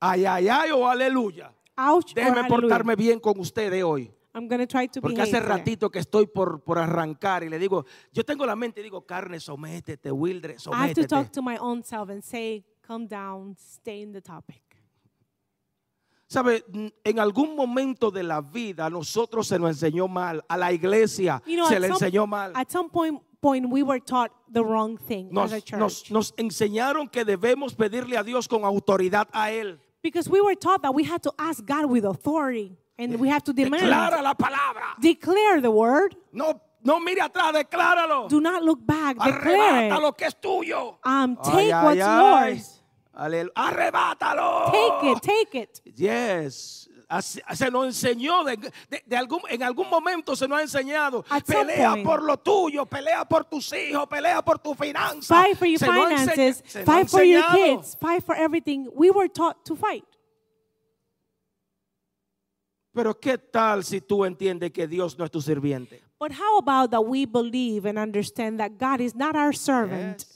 S1: Ay, ay, ay o aleluya.
S2: Ouch. or
S1: Déjeme
S2: hallelujah.
S1: portarme bien con ustedes hoy.
S2: I'm going to try to
S1: Porque
S2: behave
S1: hace
S2: today.
S1: ratito que estoy por, por arrancar y le digo, yo tengo la mente y digo, carne, sométete, Wildre,
S2: I have to talk
S1: sométete.
S2: to my own self and say, come down, stay in the topic.
S1: ¿Sabe? n- En algún momento de la vida a nosotros se nos enseñó mal, a la iglesia
S2: You know,
S1: se
S2: at,
S1: le
S2: some,
S1: enseñó mal.
S2: at some point, point, we were taught the wrong thing
S1: Nos,
S2: as a church.
S1: nos- nos enseñaron que debemos pedirle a Dios con autoridad a Él.
S2: because we were taught that we had to ask God with authority and we have
S1: Eh,
S2: to demand.
S1: Declara la palabra.
S2: Declare the word.
S1: No, no mire atrás, decláralo.
S2: Do not look back. Declare
S1: Arrebata
S2: it.
S1: lo que es tuyo.
S2: Um,
S1: Ay,
S2: take
S1: ay,
S2: what's
S1: ay.
S2: yours.
S1: Alelu- Arrebátalo.
S2: Take it. Take it.
S1: Yes. Así- se nos enseñó de, de- de algún, en algún momento se nos ha enseñado
S2: At some
S1: pelea
S2: point.
S1: por lo tuyo pelea por tus hijos pelea por tu finanza
S2: Fight for your
S1: Se nos ha ense-
S2: finances.
S1: se nos ha
S2: Fight for your
S1: enseñado.
S2: kids. Fight for everything. We were taught to fight.
S1: pero qué tal si tú entiendes que Dios no es tu sirviente
S2: But how about that we believe and understand that God is not our servant?
S1: Yes.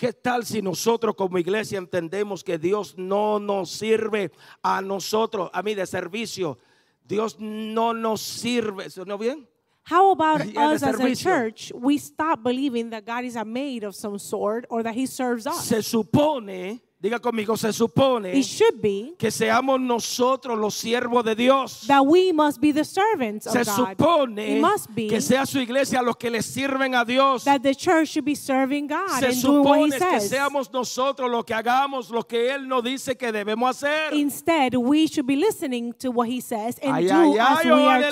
S1: ¿Qué tal si nosotros como iglesia entendemos que Dios no nos sirve a nosotros, a mí de servicio? Dios no nos sirve, ¿no bien?
S2: How about
S1: Y el
S2: us as a
S1: servicio.
S2: church, we stop believing that God is a maid of some sort or that he serves us?
S1: Se supone, diga conmigo, se supone
S2: It should be
S1: que seamos nosotros los siervos de Dios.
S2: that we must be the servants of
S1: Se
S2: God.
S1: supone
S2: It must be
S1: que sea su iglesia los que le sirven a Dios.
S2: that the church should be serving God
S1: Se
S2: and doing what he
S1: supone que
S2: says.
S1: seamos nosotros los que hagamos lo que Él nos dice que debemos hacer.
S2: Instead, we should be listening to what he says and
S1: Ay,
S2: do
S1: ay,
S2: as
S1: ay, oh,
S2: we are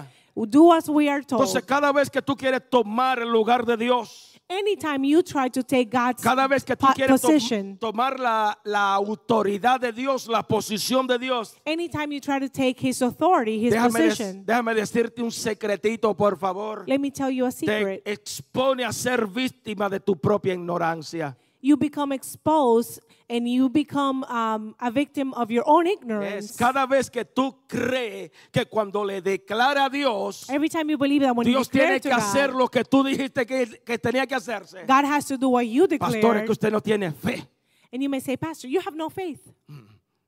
S1: aleluya.
S2: told. Do as we are told.
S1: Entonces cada vez que tú quieres tomar el lugar de Dios,
S2: Anytime you try to take God's
S1: cada vez que tú
S2: po-
S1: quieres to-
S2: position,
S1: tomar la, la autoridad de Dios, la posición de Dios,
S2: anytime you try to take his authority, his
S1: déjame, des-
S2: position,
S1: déjame decirte un secretito, por favor.
S2: let me tell you a
S1: Te
S2: secret.
S1: expone a ser víctima de tu propia ignorancia.
S2: you become exposed and you become um, a victim of your own
S1: Es
S2: ignorance.
S1: cada vez que tú crees que cuando le declara a Dios,
S2: Every time you believe that when you
S1: Dios
S2: declare
S1: tiene
S2: to
S1: que hacer
S2: God,
S1: lo que tú dijiste que, que tenía que hacerse.
S2: God has to do what you
S1: Pastor, es
S2: declare.
S1: que usted no tiene fe.
S2: And you may say, Pastor, you have no faith.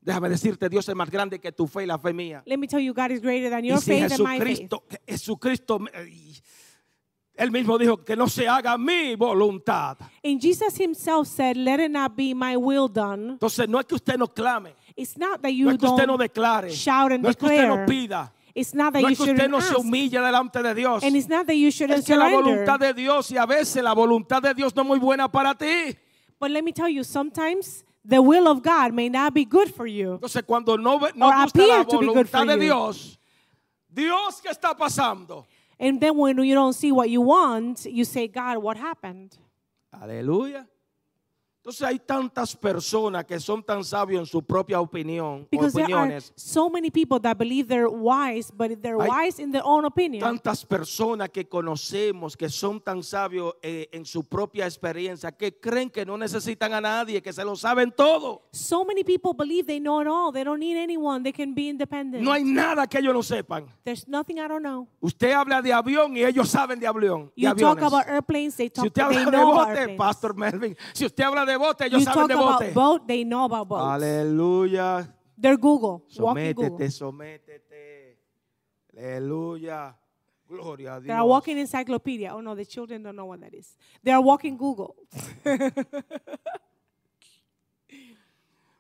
S1: Déjame decirte, Dios es más grande que tu fe y la fe mía.
S2: Let me tell you, God is greater than
S1: Y
S2: your
S1: si
S2: faith and my faith.
S1: Jesucristo, que Jesucristo, me- y- él mismo dijo que no se haga mi voluntad.
S2: And Jesus himself said, Let it not be my will done.
S1: Entonces no es que usted no clame,
S2: It's not that
S1: no
S2: you
S1: es que usted no
S2: don't
S1: declare,
S2: shout and
S1: no es que usted no
S2: declare.
S1: pida,
S2: It's not that
S1: no
S2: you
S1: es que usted
S2: shouldn't
S1: no se
S2: ask.
S1: humilla delante de Dios.
S2: And it's not that you
S1: Es
S2: shouldn't
S1: que la voluntad
S2: surrender.
S1: de Dios y a veces la voluntad de Dios no es muy buena para ti.
S2: But let me tell you, sometimes the will of God may not be good for you.
S1: Entonces cuando no, ve- no
S2: Or
S1: gusta la
S2: appear to be good
S1: voluntad
S2: for
S1: de
S2: you.
S1: Dios, Dios ¿qué está pasando?
S2: And then when you don't see what you want, you say, God, what happened?
S1: Aleluya. Entonces hay tantas personas que son tan sabios en su propia opinión,
S2: Because there are
S1: opiniones.
S2: so many people that believe they're wise, but they're
S1: Hay
S2: wise in their own opinion.
S1: Tantas personas que conocemos que son tan sabios eh, en su propia experiencia que creen que no necesitan a nadie, que se lo saben todo.
S2: So many people believe they know it all. They don't need anyone. They can be independent.
S1: No hay nada que ellos no sepan.
S2: There's nothing I don't know.
S1: Usted habla de avión y ellos saben de avión. de
S2: You talk
S1: aviones.
S2: about airplanes, they talk
S1: si usted
S2: they
S1: habla de
S2: know about
S1: bote,
S2: airplanes.
S1: Pastor Melvin. Si usted habla de bote, ellos
S2: you talk
S1: saben de
S2: about
S1: bote.
S2: boat, they know about boats.
S1: Aleluya.
S2: They're Google, walking Google.
S1: Sométete, sométete. Aleluya. Gloria a
S2: They are
S1: Dios.
S2: walking encyclopedia. Oh no, the children don't know what that is. They are walking Google.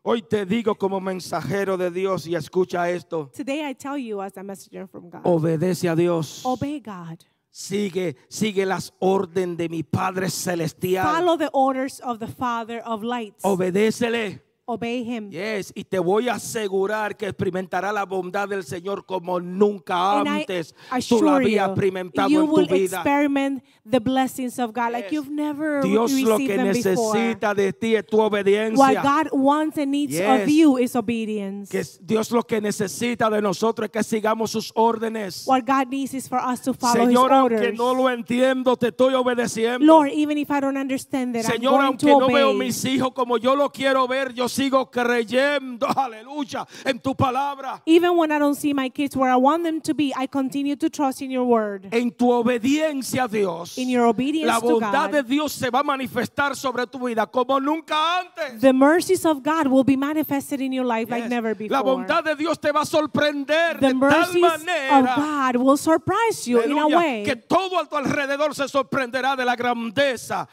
S1: Hoy te digo como mensajero de Dios y escucha esto.
S2: Today I tell you as a messenger from God.
S1: Obedece a Dios.
S2: Obey God.
S1: Sigue, sigue las orden de mi Padre celestial.
S2: Follow the orders of the Father of lights.
S1: Obedécele.
S2: obey him.
S1: Yes, y te voy a asegurar que experimentará la bondad del Señor como nunca
S2: And I
S1: antes tú la
S2: assure
S1: habías
S2: you,
S1: experimentado
S2: you
S1: en tu
S2: will
S1: vida.
S2: experiment the blessings of God like
S1: Yes.
S2: you've never
S1: Dios
S2: received
S1: lo que
S2: them before.
S1: necesita de ti es tu
S2: What
S1: obediencia.
S2: God wants and needs
S1: Yes.
S2: of you is obedience.
S1: Que es- Dios lo que necesita de nosotros es que sigamos sus órdenes.
S2: What God needs is for us to follow
S1: Señor,
S2: His
S1: aunque
S2: orders.
S1: no lo entiendo, te estoy obedeciendo.
S2: Lord, even if I don't understand that,
S1: Señor,
S2: I'm going
S1: aunque
S2: to
S1: no
S2: obey.
S1: veo mis hijos como yo lo quiero ver, yo sigo creyendo, aleluya, en tu palabra,
S2: Even when I don't see my kids where I want them to be, I continue to trust in your word.
S1: en tu obediencia a Dios.
S2: In your obedience
S1: La
S2: to
S1: bondad
S2: God,
S1: de Dios se va a manifestar sobre tu vida como nunca antes.
S2: the mercies of God will be manifested in your life like
S1: Yes.
S2: never before.
S1: La bondad de Dios te va a sorprender
S2: The
S1: de tal
S2: mercies of
S1: manera
S2: God will surprise you in a
S1: aleluya,
S2: way
S1: que todo a tu alrededor se sorprenderá de la grandeza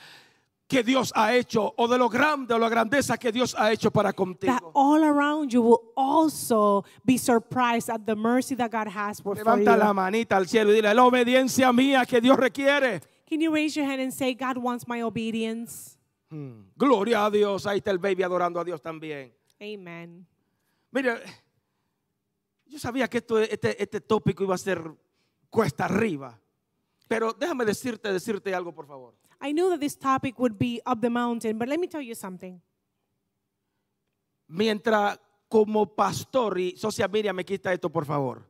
S1: que Dios ha hecho o de lo grande o la grandeza que Dios ha hecho para
S2: that
S1: contigo.
S2: all around you will also be surprised at the mercy that God has for, for you.
S1: Levanta la manita al cielo y dile la obediencia mía que Dios requiere.
S2: Can you raise your hand and say, God wants my obedience?
S1: Gloria a Dios. Ahí está el baby adorando a Dios también.
S2: Amen.
S1: Mire, yo sabía que esto- este, este tópico iba a ser cuesta arriba. Pero déjame decirte, decirte algo, por favor.
S2: I knew that this topic would be up the mountain, but let me tell you something.
S1: Mientras como pastor y social media me quita esto, por favor.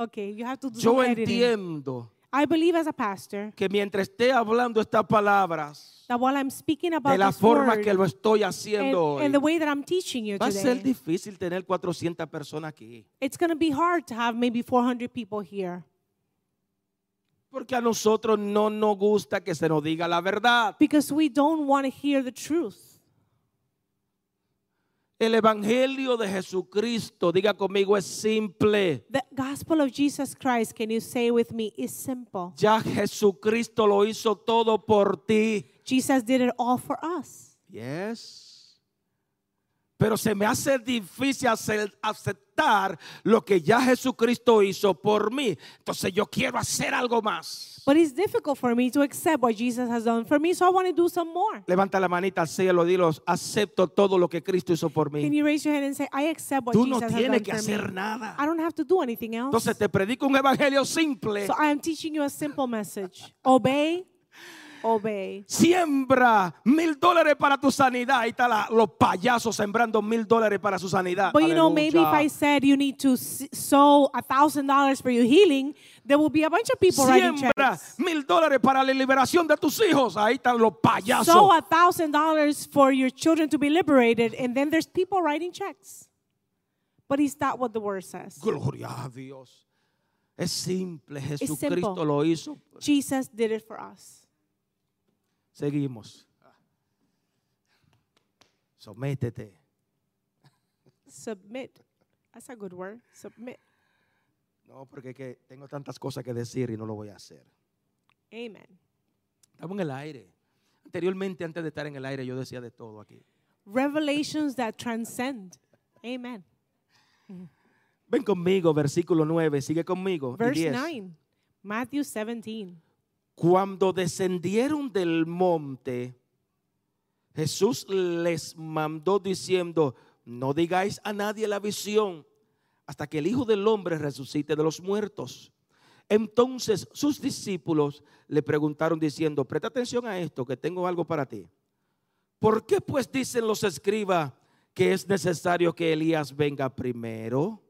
S2: Okay, you have to do
S1: Yo
S2: some editing.
S1: entiendo
S2: I believe as a pastor
S1: que mientras esté hablando estas palabras
S2: that while I'm speaking about
S1: de la
S2: this
S1: forma
S2: word
S1: que lo estoy
S2: and,
S1: haciendo hoy,
S2: and the way that I'm teaching you
S1: va a ser
S2: today,
S1: difícil tener 400 personas aquí.
S2: it's going to be hard to have maybe 400 people here
S1: Porque a nosotros no nos gusta que se nos diga la verdad.
S2: because we don't want to hear the truth.
S1: El evangelio de Jesucristo, diga conmigo, es simple.
S2: The gospel of Jesus Christ, can you say with me, is simple.
S1: Ya Jesucristo lo hizo todo por ti.
S2: Jesus did it all for us.
S1: Yes. Pero se me hace difícil ace- aceptar lo que ya Jesucristo hizo por mí. Entonces yo quiero hacer algo más.
S2: But it's difficult for me to accept what Jesus has done for me, so I want to do some more.
S1: Levanta la manita al cielo, dilos, acepto todo lo que Cristo hizo por
S2: Can
S1: mí.
S2: you raise your hand and say, I accept what
S1: Tú no
S2: Jesus has
S1: tienes
S2: done
S1: que
S2: for
S1: hacer
S2: me?
S1: nada.
S2: I don't have to do anything else.
S1: Entonces te predico un evangelio simple.
S2: So I am teaching you a simple message. Obey, obey.
S1: Siembra mil dólares para tu sanidad. Ahí están los payasos sembrando mil dólares para su sanidad.
S2: But you know, maybe if I
S1: Ah, Aleluya.
S2: said you need to s- sow a thousand dollars for your healing, there will be a bunch of people writing
S1: Siembra
S2: checks.
S1: mil dólares para la liberación de tus hijos. Ahí están los payasos.
S2: Sow a thousand dollars for your children to be liberated, and then there's people writing checks. But is that what the word says?
S1: Gloria a Dios. Es simple. Jesucristo
S2: simple.
S1: lo hizo.
S2: Jesus did it for us.
S1: Seguimos. Sométete.
S2: Submit. That's a good word. Submit.
S1: No, porque que tengo tantas cosas que decir y no lo voy a hacer.
S2: Amen.
S1: Estamos en el aire. Anteriormente, antes de estar en el aire, yo decía de todo aquí.
S2: Revelations that transcend. Amen.
S1: Ven conmigo, versículo 9, sigue conmigo. y
S2: Verse
S1: 10.
S2: 9, Matthew 17.
S1: Cuando descendieron del monte, Jesús les mandó diciendo, no digáis a nadie la visión hasta que el Hijo del Hombre resucite de los muertos. Entonces sus discípulos le preguntaron diciendo, presta atención a esto, que tengo algo para ti. ¿Por qué pues dicen los escribas que es necesario que Elías venga primero?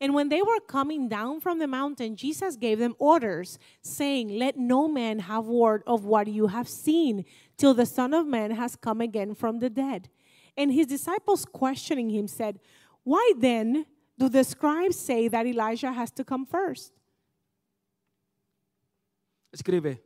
S2: And when they were coming down from the mountain, Jesus gave them orders, saying, Let no man have word of what you have seen, till the Son of Man has come again from the dead. And his disciples, questioning him, said, Why then do the scribes say that Elijah has to come first?
S1: Escribe,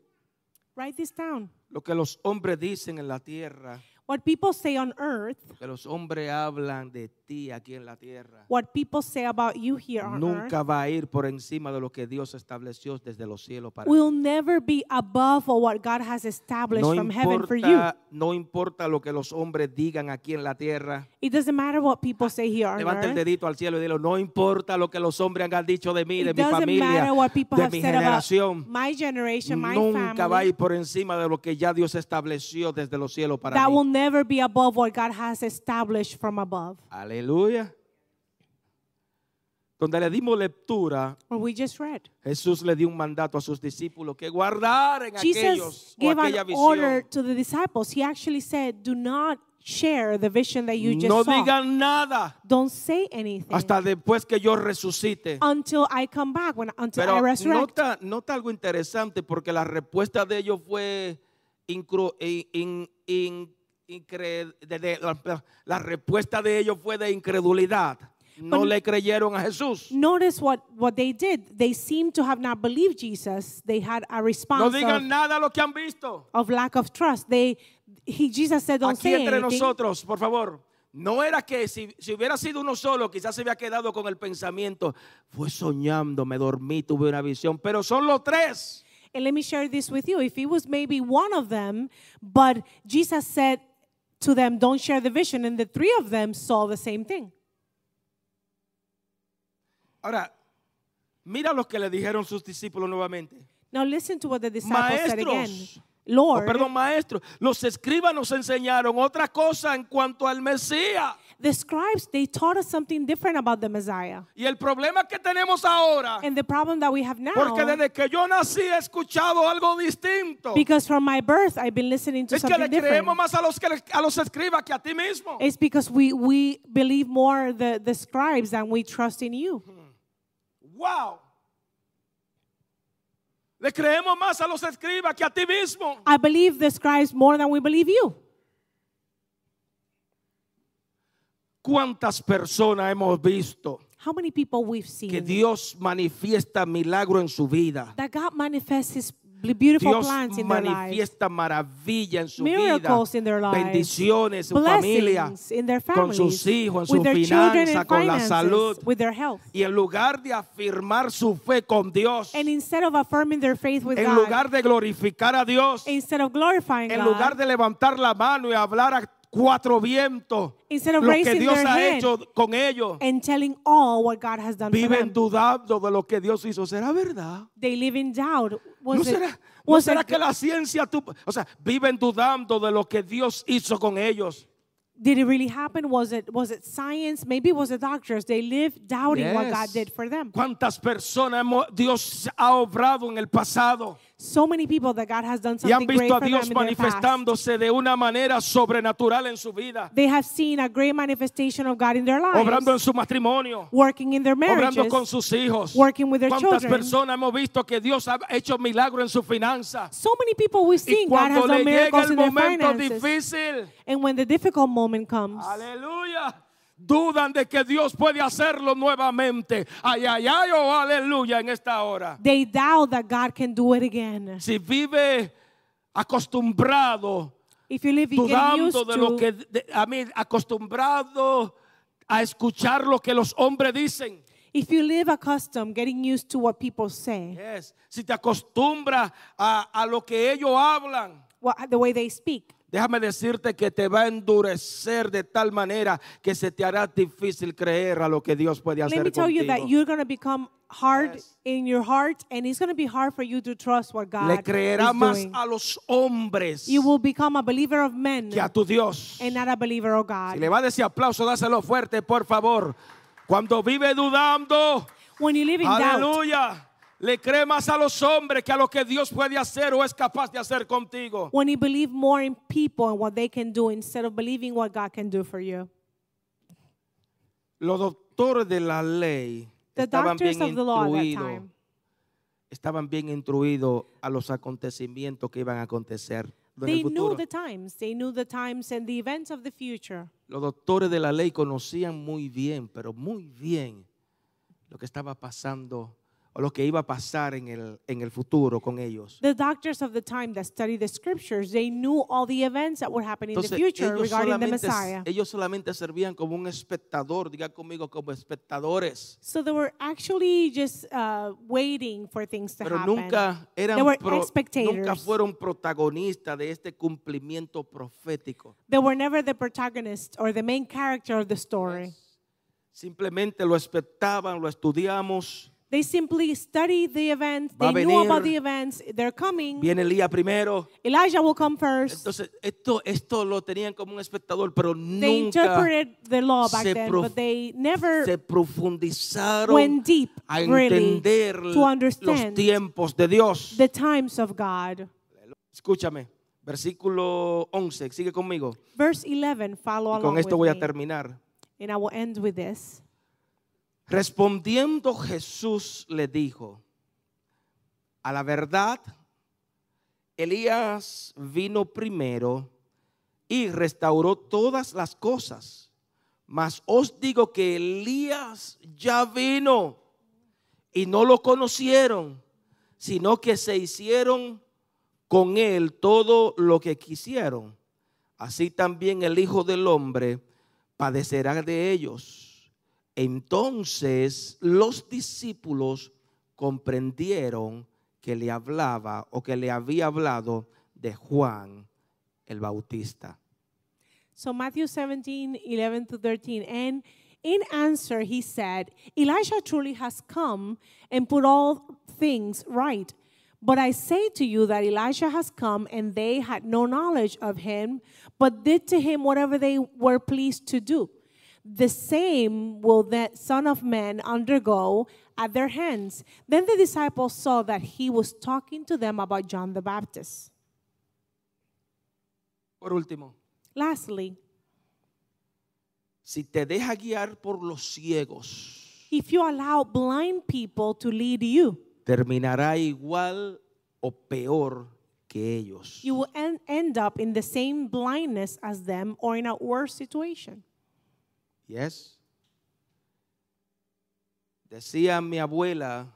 S2: Write this down.
S1: lo que los hombres dicen en la tierra
S2: What people say on earth,
S1: que los hombres hablan de ti aquí en la tierra,
S2: what people say about you here on earth,
S1: nunca va a ir por encima de lo que Dios estableció desde los cielos para ti.
S2: will never be above or what God has established
S1: No
S2: from heaven for you.
S1: importa, no importa lo que los hombres digan aquí en la tierra.
S2: It doesn't matter what people say here on
S1: Levanta el
S2: earth.
S1: dedito al cielo y dilo, no importa lo que los hombres han dicho de mí, de
S2: It
S1: mi
S2: doesn't
S1: familia,
S2: matter what people
S1: de
S2: have
S1: mi
S2: said about
S1: generación.
S2: my generation, my
S1: Nunca va a
S2: family.
S1: ir por encima de lo que ya Dios estableció desde los cielos para
S2: That
S1: mí.
S2: will never be above what God has established from above.
S1: Aleluya. Donde le dimos lectura,
S2: What we just read.
S1: Jesús le dio un mandato a sus discípulos que guardaran
S2: Jesus
S1: aquellos o
S2: gave
S1: aquella
S2: an order
S1: visión.
S2: to the disciples. He actually said, "Do not share the vision that you just
S1: No
S2: saw.
S1: digan nada
S2: Don't say anything
S1: hasta después que yo resucite.
S2: until I come back. When until I
S1: Pero
S2: resurrect."
S1: nota, nota algo interesante porque la respuesta de ellos fue incru- in- in- in- incre- de- de- la, la respuesta de ellos fue de incredulidad. No
S2: But-
S1: le creyeron a Jesús.
S2: Notice what what they did. They seemed to have not believed Jesus. They had a
S1: No
S2: response of,
S1: digan nada a lo que han visto.
S2: of lack of trust. They he Jesus said, "Don't
S1: Aquí
S2: say
S1: entre
S2: anything."
S1: nosotros, por favor. No era que si, si hubiera sido uno solo, quizás se había quedado con el pensamiento. Fue soñando, me dormí, tuve una visión. Pero son los tres.
S2: And let me share this with you. If it was maybe one of them, but Jesus said to them, Don't share the vision, and the three of them saw the same thing.
S1: Ahora, mira lo que le dijeron sus discípulos nuevamente.
S2: Now listen to what the disciples said again.
S1: Maestros. Oh,
S2: Lord,
S1: perdón, maestro. Los escribas nos enseñaron otra cosa en cuanto al Mesías.
S2: the scribes, they taught us something different about the Messiah.
S1: Y el problema que tenemos ahora,
S2: And the problem that we have now,
S1: porque desde que yo nací he escuchado algo distinto.
S2: because from my birth I've been listening to
S1: Es que
S2: something
S1: le
S2: different.
S1: creemos más a los, que le- a los escribas que a ti mismo.
S2: It's because we, we believe more the, the scribes than we trust in you.
S1: Wow. Le creemos más a los escribas que a ti mismo.
S2: I believe the scribes more than we believe you.
S1: ¿Cuántas personas hemos visto
S2: How many people we've seen?
S1: que Dios manifiesta milagro en su vida?
S2: that God manifests His bl- beautiful
S1: Dios
S2: plans in their lives,
S1: manifiesta maravilla en su
S2: miracles
S1: vida,
S2: in their lives,
S1: bendiciones en su familia,
S2: blessings in their
S1: con
S2: families,
S1: sus hijos, en
S2: with
S1: su
S2: their children
S1: finanza,
S2: and
S1: con la
S2: finances,
S1: salud.
S2: with their health.
S1: Y en lugar de afirmar su fe con Dios,
S2: And instead of affirming their faith with
S1: en
S2: God,
S1: lugar de glorificar a Dios,
S2: instead of glorifying
S1: en
S2: God,
S1: lugar de levantar la mano y hablar a cuatro vientos,
S2: Instead of
S1: lo que
S2: raising
S1: Dios
S2: their
S1: ha
S2: head,
S1: hecho con ellos,
S2: and telling all what God has done for them,
S1: viven dudando de lo que Dios hizo. ¿Será verdad?
S2: they live in doubt. Was
S1: ¿No
S2: it,
S1: será, no
S2: was
S1: será
S2: it,
S1: que la ciencia, tú, o sea, viven dudando de lo que Dios hizo con ellos?
S2: did it really happen? Was it was it science? Maybe it was the doctors. They live doubting what God
S1: Yes.
S2: did for them.
S1: ¿Cuántas personas hemos- Dios ha obrado en el pasado
S2: So many people that God has done
S1: y han
S2: something great
S1: visto a
S2: for them in
S1: Dios
S2: their past.
S1: manifestándose de una manera sobrenatural en su vida,
S2: They have seen a great manifestation of God in their lives,
S1: obrando en su matrimonio,
S2: working in their marriages,
S1: obrando con sus hijos?
S2: working with their
S1: ¿Cuántas
S2: children.
S1: personas hemos visto que Dios ha hecho milagros en su finanza?
S2: So many people we've
S1: Y
S2: seen God
S1: cuando
S2: has
S1: le
S2: done
S1: llega
S2: miracles
S1: el
S2: in their
S1: momento
S2: finances.
S1: difícil,
S2: And when the difficult moment comes,
S1: aleluya. Dudan de que Dios puede hacerlo nuevamente. Ay, ay, ay, oh, aleluya en esta hora.
S2: they doubt that God can do it again.
S1: Si vive acostumbrado
S2: If you live, you get used
S1: dudando de lo que
S2: to
S1: de- a mí acostumbrado a escuchar lo que los hombres dicen.
S2: if you live accustomed, getting used to what people say,
S1: Yes. Si te acostumbras a, a lo que ellos hablan,
S2: what, the way they speak.
S1: déjame decirte que te va a endurecer de tal manera que se te hará difícil creer a lo que Dios puede hacer
S2: Let me tell you
S1: contigo.
S2: that you're going to become hard
S1: Yes.
S2: in your heart, and it's going to be hard for you to trust what God
S1: Le creerá
S2: is
S1: más
S2: doing.
S1: a los hombres
S2: You will become a believer of men
S1: que a tu Dios.
S2: and not a believer of God.
S1: Si le va a decir aplauso, dáselo fuerte, por favor. Cuando vive dudando,
S2: When you live in doubt,
S1: Aleluya. Le cree más a los hombres que a lo que Dios puede hacer o es capaz de hacer contigo.
S2: when you believe more in people and what they can do instead of believing what God can do for you.
S1: Los doctores de la ley
S2: The
S1: estaban
S2: doctors
S1: bien
S2: of the law at that
S1: instruidos.
S2: time,
S1: Estaban bien instruidos a los acontecimientos que iban a acontecer en el
S2: they knew
S1: futuro.
S2: the times, they knew the times and the events of the future.
S1: Los doctores de la ley conocían muy bien, pero muy bien lo que estaba pasando. o lo que iba a pasar en el, en el futuro con ellos.
S2: The doctors of the time that studied the scriptures, they knew all the events that would happen in the
S1: Entonces,
S2: future
S1: ellos
S2: regarding the
S1: solamente,
S2: Messiah.
S1: ellos solamente servían como un espectador, diga conmigo, como espectadores,
S2: So they were actually just uh, waiting for things to
S1: pero
S2: happen.
S1: nunca, eran
S2: They were
S1: pro- nunca
S2: spectators.
S1: fueron protagonistas de este cumplimiento profético.
S2: They were never the protagonist or the main character of the story.
S1: Simplemente lo expectaban, lo estudiamos.
S2: They simply studied the events.
S1: Va a
S2: They knew
S1: venir.
S2: about the events. They're coming.
S1: Viene Elías primero.
S2: Elijah will come first.
S1: Entonces, esto, esto lo tenían como un espectador, pero
S2: they
S1: nunca
S2: interpreted the law back
S1: se
S2: then,
S1: prof-
S2: but they never
S1: se profundizaron
S2: went deep,
S1: a
S2: really,
S1: entender
S2: to
S1: los
S2: understand
S1: tiempos de Dios.
S2: the times of God.
S1: Escúchame, versículo 11, sigue conmigo.
S2: Verse 11, follow
S1: Y
S2: along
S1: con esto
S2: with
S1: voy a
S2: me,
S1: terminar.
S2: and I will end with this.
S1: Respondiendo Jesús le dijo, a la verdad, Elías vino primero y restauró todas las cosas, mas os digo que Elías ya vino y no lo conocieron, sino que se hicieron con él todo lo que quisieron. Así también el Hijo del Hombre padecerá de ellos. Entonces los discípulos comprendieron que le hablaba o que le había hablado de Juan el Bautista.
S2: So Matthew 17, 11 to 13. And in answer, he said, Elijah truly has come and put all things right. But I say to you that Elijah has come, and they had no knowledge of him, but did to him whatever they were pleased to do. The same will that Son of Man undergo at their hands. Then the disciples saw that he was talking to them about John the Baptist.
S1: Por último,
S2: Lastly,
S1: si te deja guiar por los ciegos,
S2: if you allow blind people to lead you,
S1: terminará igual o peor que ellos.
S2: you will en- end up in the same blindness as them or in a worse situation.
S1: Yes. Decía mi abuela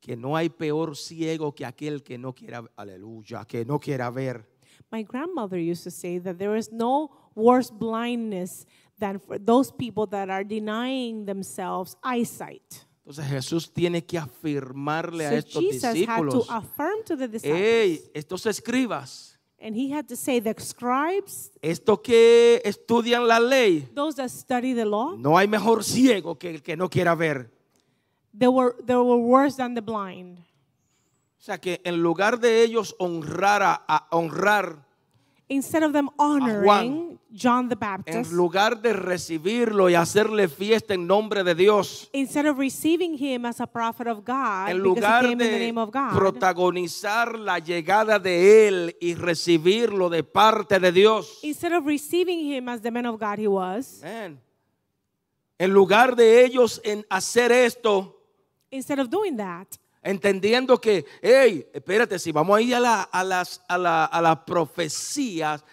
S1: que no hay peor ciego que aquel que no quiera, aleluya, que no quiera ver.
S2: My grandmother used to say that there is no worse blindness than for those people that are denying themselves eyesight.
S1: Entonces Jesús tiene que afirmarle a
S2: So
S1: estos
S2: Jesus had to
S1: discípulos,
S2: affirm to the disciples,
S1: hey, estos escribas,
S2: and he had to say, the scribes,
S1: estos que estudian la ley,
S2: those that study the law,
S1: no hay mejor ciego que el que no quiera ver.
S2: they were they were worse than the blind.
S1: O sea que en lugar de ellos honrar a, a honrar,
S2: Instead of them
S1: Ah,
S2: honoring John the Baptist,
S1: en lugar de recibirlo y hacerle fiesta en nombre de Dios,
S2: instead of receiving him as a prophet of God, because
S1: en lugar
S2: he came in the
S1: de
S2: name of God,
S1: protagonizar la llegada de Él y recibirlo de parte de Dios.
S2: instead of receiving him as the man of God he was,
S1: Amén. En lugar de ellos en hacer esto,
S2: instead of doing that,
S1: entendiendo que, hey, espérate, si vamos a ir a, la- a las, a, la- a las profecías,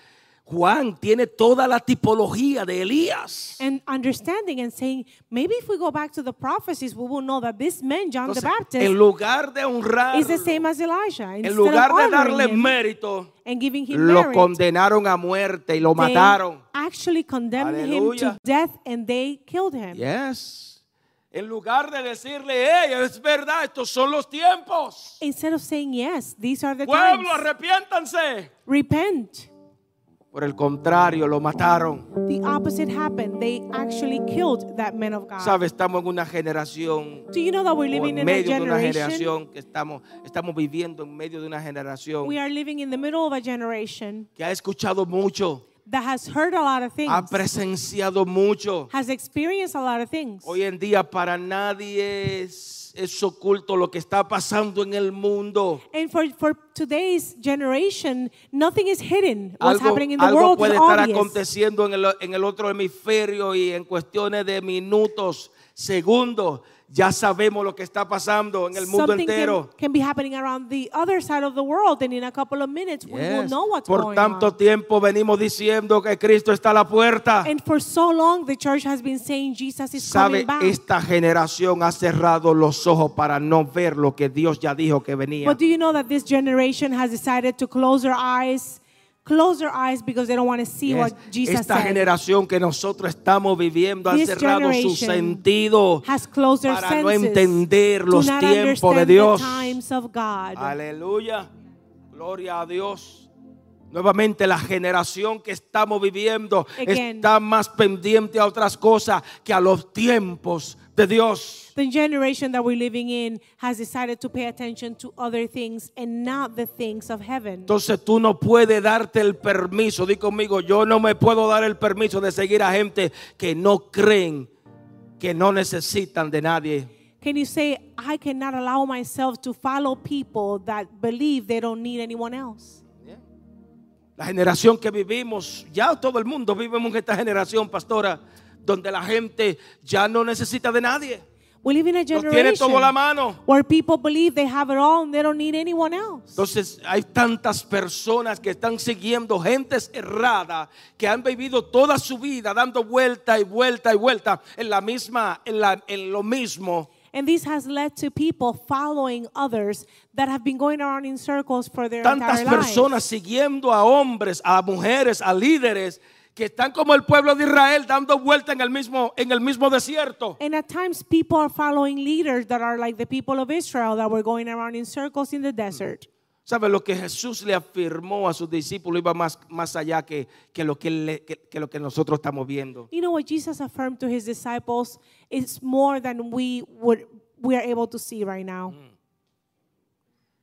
S1: Juan tiene toda la tipología de Elías.
S2: and understanding and saying, maybe if we go back to the prophecies, we will know that this man, John
S1: Entonces,
S2: the Baptist,
S1: en lugar de honrar,
S2: is the same as Elijah. Instead
S1: en lugar
S2: of
S1: de
S2: honoring
S1: darle
S2: him
S1: mérito,
S2: and giving him
S1: lo
S2: merit,
S1: condenaron a muerte y lo
S2: they
S1: mataron.
S2: actually condemned him
S1: Aleluya.
S2: to death and they killed him.
S1: Yes. En lugar de decirle, hey, es verdad, estos son los tiempos.
S2: Instead of saying, yes, these are the
S1: Pueblo,
S2: times,
S1: arrepiéntanse.
S2: repent.
S1: Por el contrario, lo mataron.
S2: The opposite happened. They actually killed that man of God.
S1: Sabes, estamos en una generación,
S2: Do you know that we're
S1: o en
S2: living in a
S1: medio de una
S2: generation?
S1: generación que estamos, estamos viviendo en medio de una generación
S2: We are living in the middle of a generation
S1: que ha escuchado mucho,
S2: that has heard a lot of
S1: ha
S2: things,
S1: presenciado mucho.
S2: has experienced a lot of things.
S1: Hoy en día para nadie es, es oculto lo que está pasando en el mundo.
S2: And for, for today's generation, nothing is hidden. What's
S1: Algo,
S2: happening in the
S1: algo
S2: world is
S1: puede estar
S2: obvious.
S1: aconteciendo en el, en el otro hemisferio y en cuestiones de minutos, segundos, Ya sabemos lo que está pasando en el mundo
S2: Something can,
S1: entero.
S2: can be happening around the other side of the world, and in a couple of minutes, we will
S1: Yes.
S2: know what's
S1: Por
S2: going
S1: tanto
S2: on.
S1: tiempo venimos diciendo que Cristo está a la puerta.
S2: And for so long, the church has been saying Jesus is coming
S1: Sabe,
S2: back.
S1: esta generación ha cerrado los ojos para no ver lo que Dios ya dijo que venía.
S2: But do you know that this generation has decided to close their eyes, close their eyes because they don't want to see
S1: Yes.
S2: what Jesus
S1: Esta
S2: said.
S1: generación que nosotros estamos viviendo ha
S2: This
S1: cerrado su
S2: generation
S1: sentido
S2: has closed their
S1: para
S2: senses
S1: no entender
S2: to
S1: los
S2: not
S1: tiempos de
S2: understand
S1: Dios.
S2: The times of God.
S1: Aleluya. Gloria a Dios. Nuevamente la generación que estamos viviendo
S2: Again.
S1: está más pendiente a otras cosas que a los tiempos de Dios.
S2: The generation that we're living in has decided to pay attention to other things and not the things of heaven.
S1: Entonces tú no puedes darte el permiso, di conmigo, yo no me puedo dar el permiso de seguir a gente que no creen, que no necesitan de nadie.
S2: Can you say, I cannot allow myself to follow people that believe they don't need anyone else?
S1: La generación que vivimos, ya todo el mundo vivimos en esta generación, pastora, donde la gente ya no necesita de nadie.
S2: We live in a
S1: Lo tiene todo a la
S2: generation
S1: mano.
S2: where people believe they have it all and they don't need anyone else.
S1: Entonces hay tantas personas que están siguiendo gentes erradas que han vivido toda su vida dando vuelta y vuelta y vuelta en la misma, en, la, en lo mismo.
S2: And this has led to people following others that have been going around in circles for their
S1: Tantas
S2: entire lives.
S1: personas siguiendo a hombres, a mujeres, a líderes que están como el pueblo de Israel dando vuelta en el mismo, en el mismo desierto.
S2: And at times, people are following leaders that are like the people of Israel that were going around in circles in the desert.
S1: ¿Sabe lo que Jesús le afirmó a sus discípulos? Iba más, más allá que, que lo que, él le- que- que lo que nosotros estamos viendo.
S2: You know what Jesus affirmed to his disciples is more than we would we are able to see right now.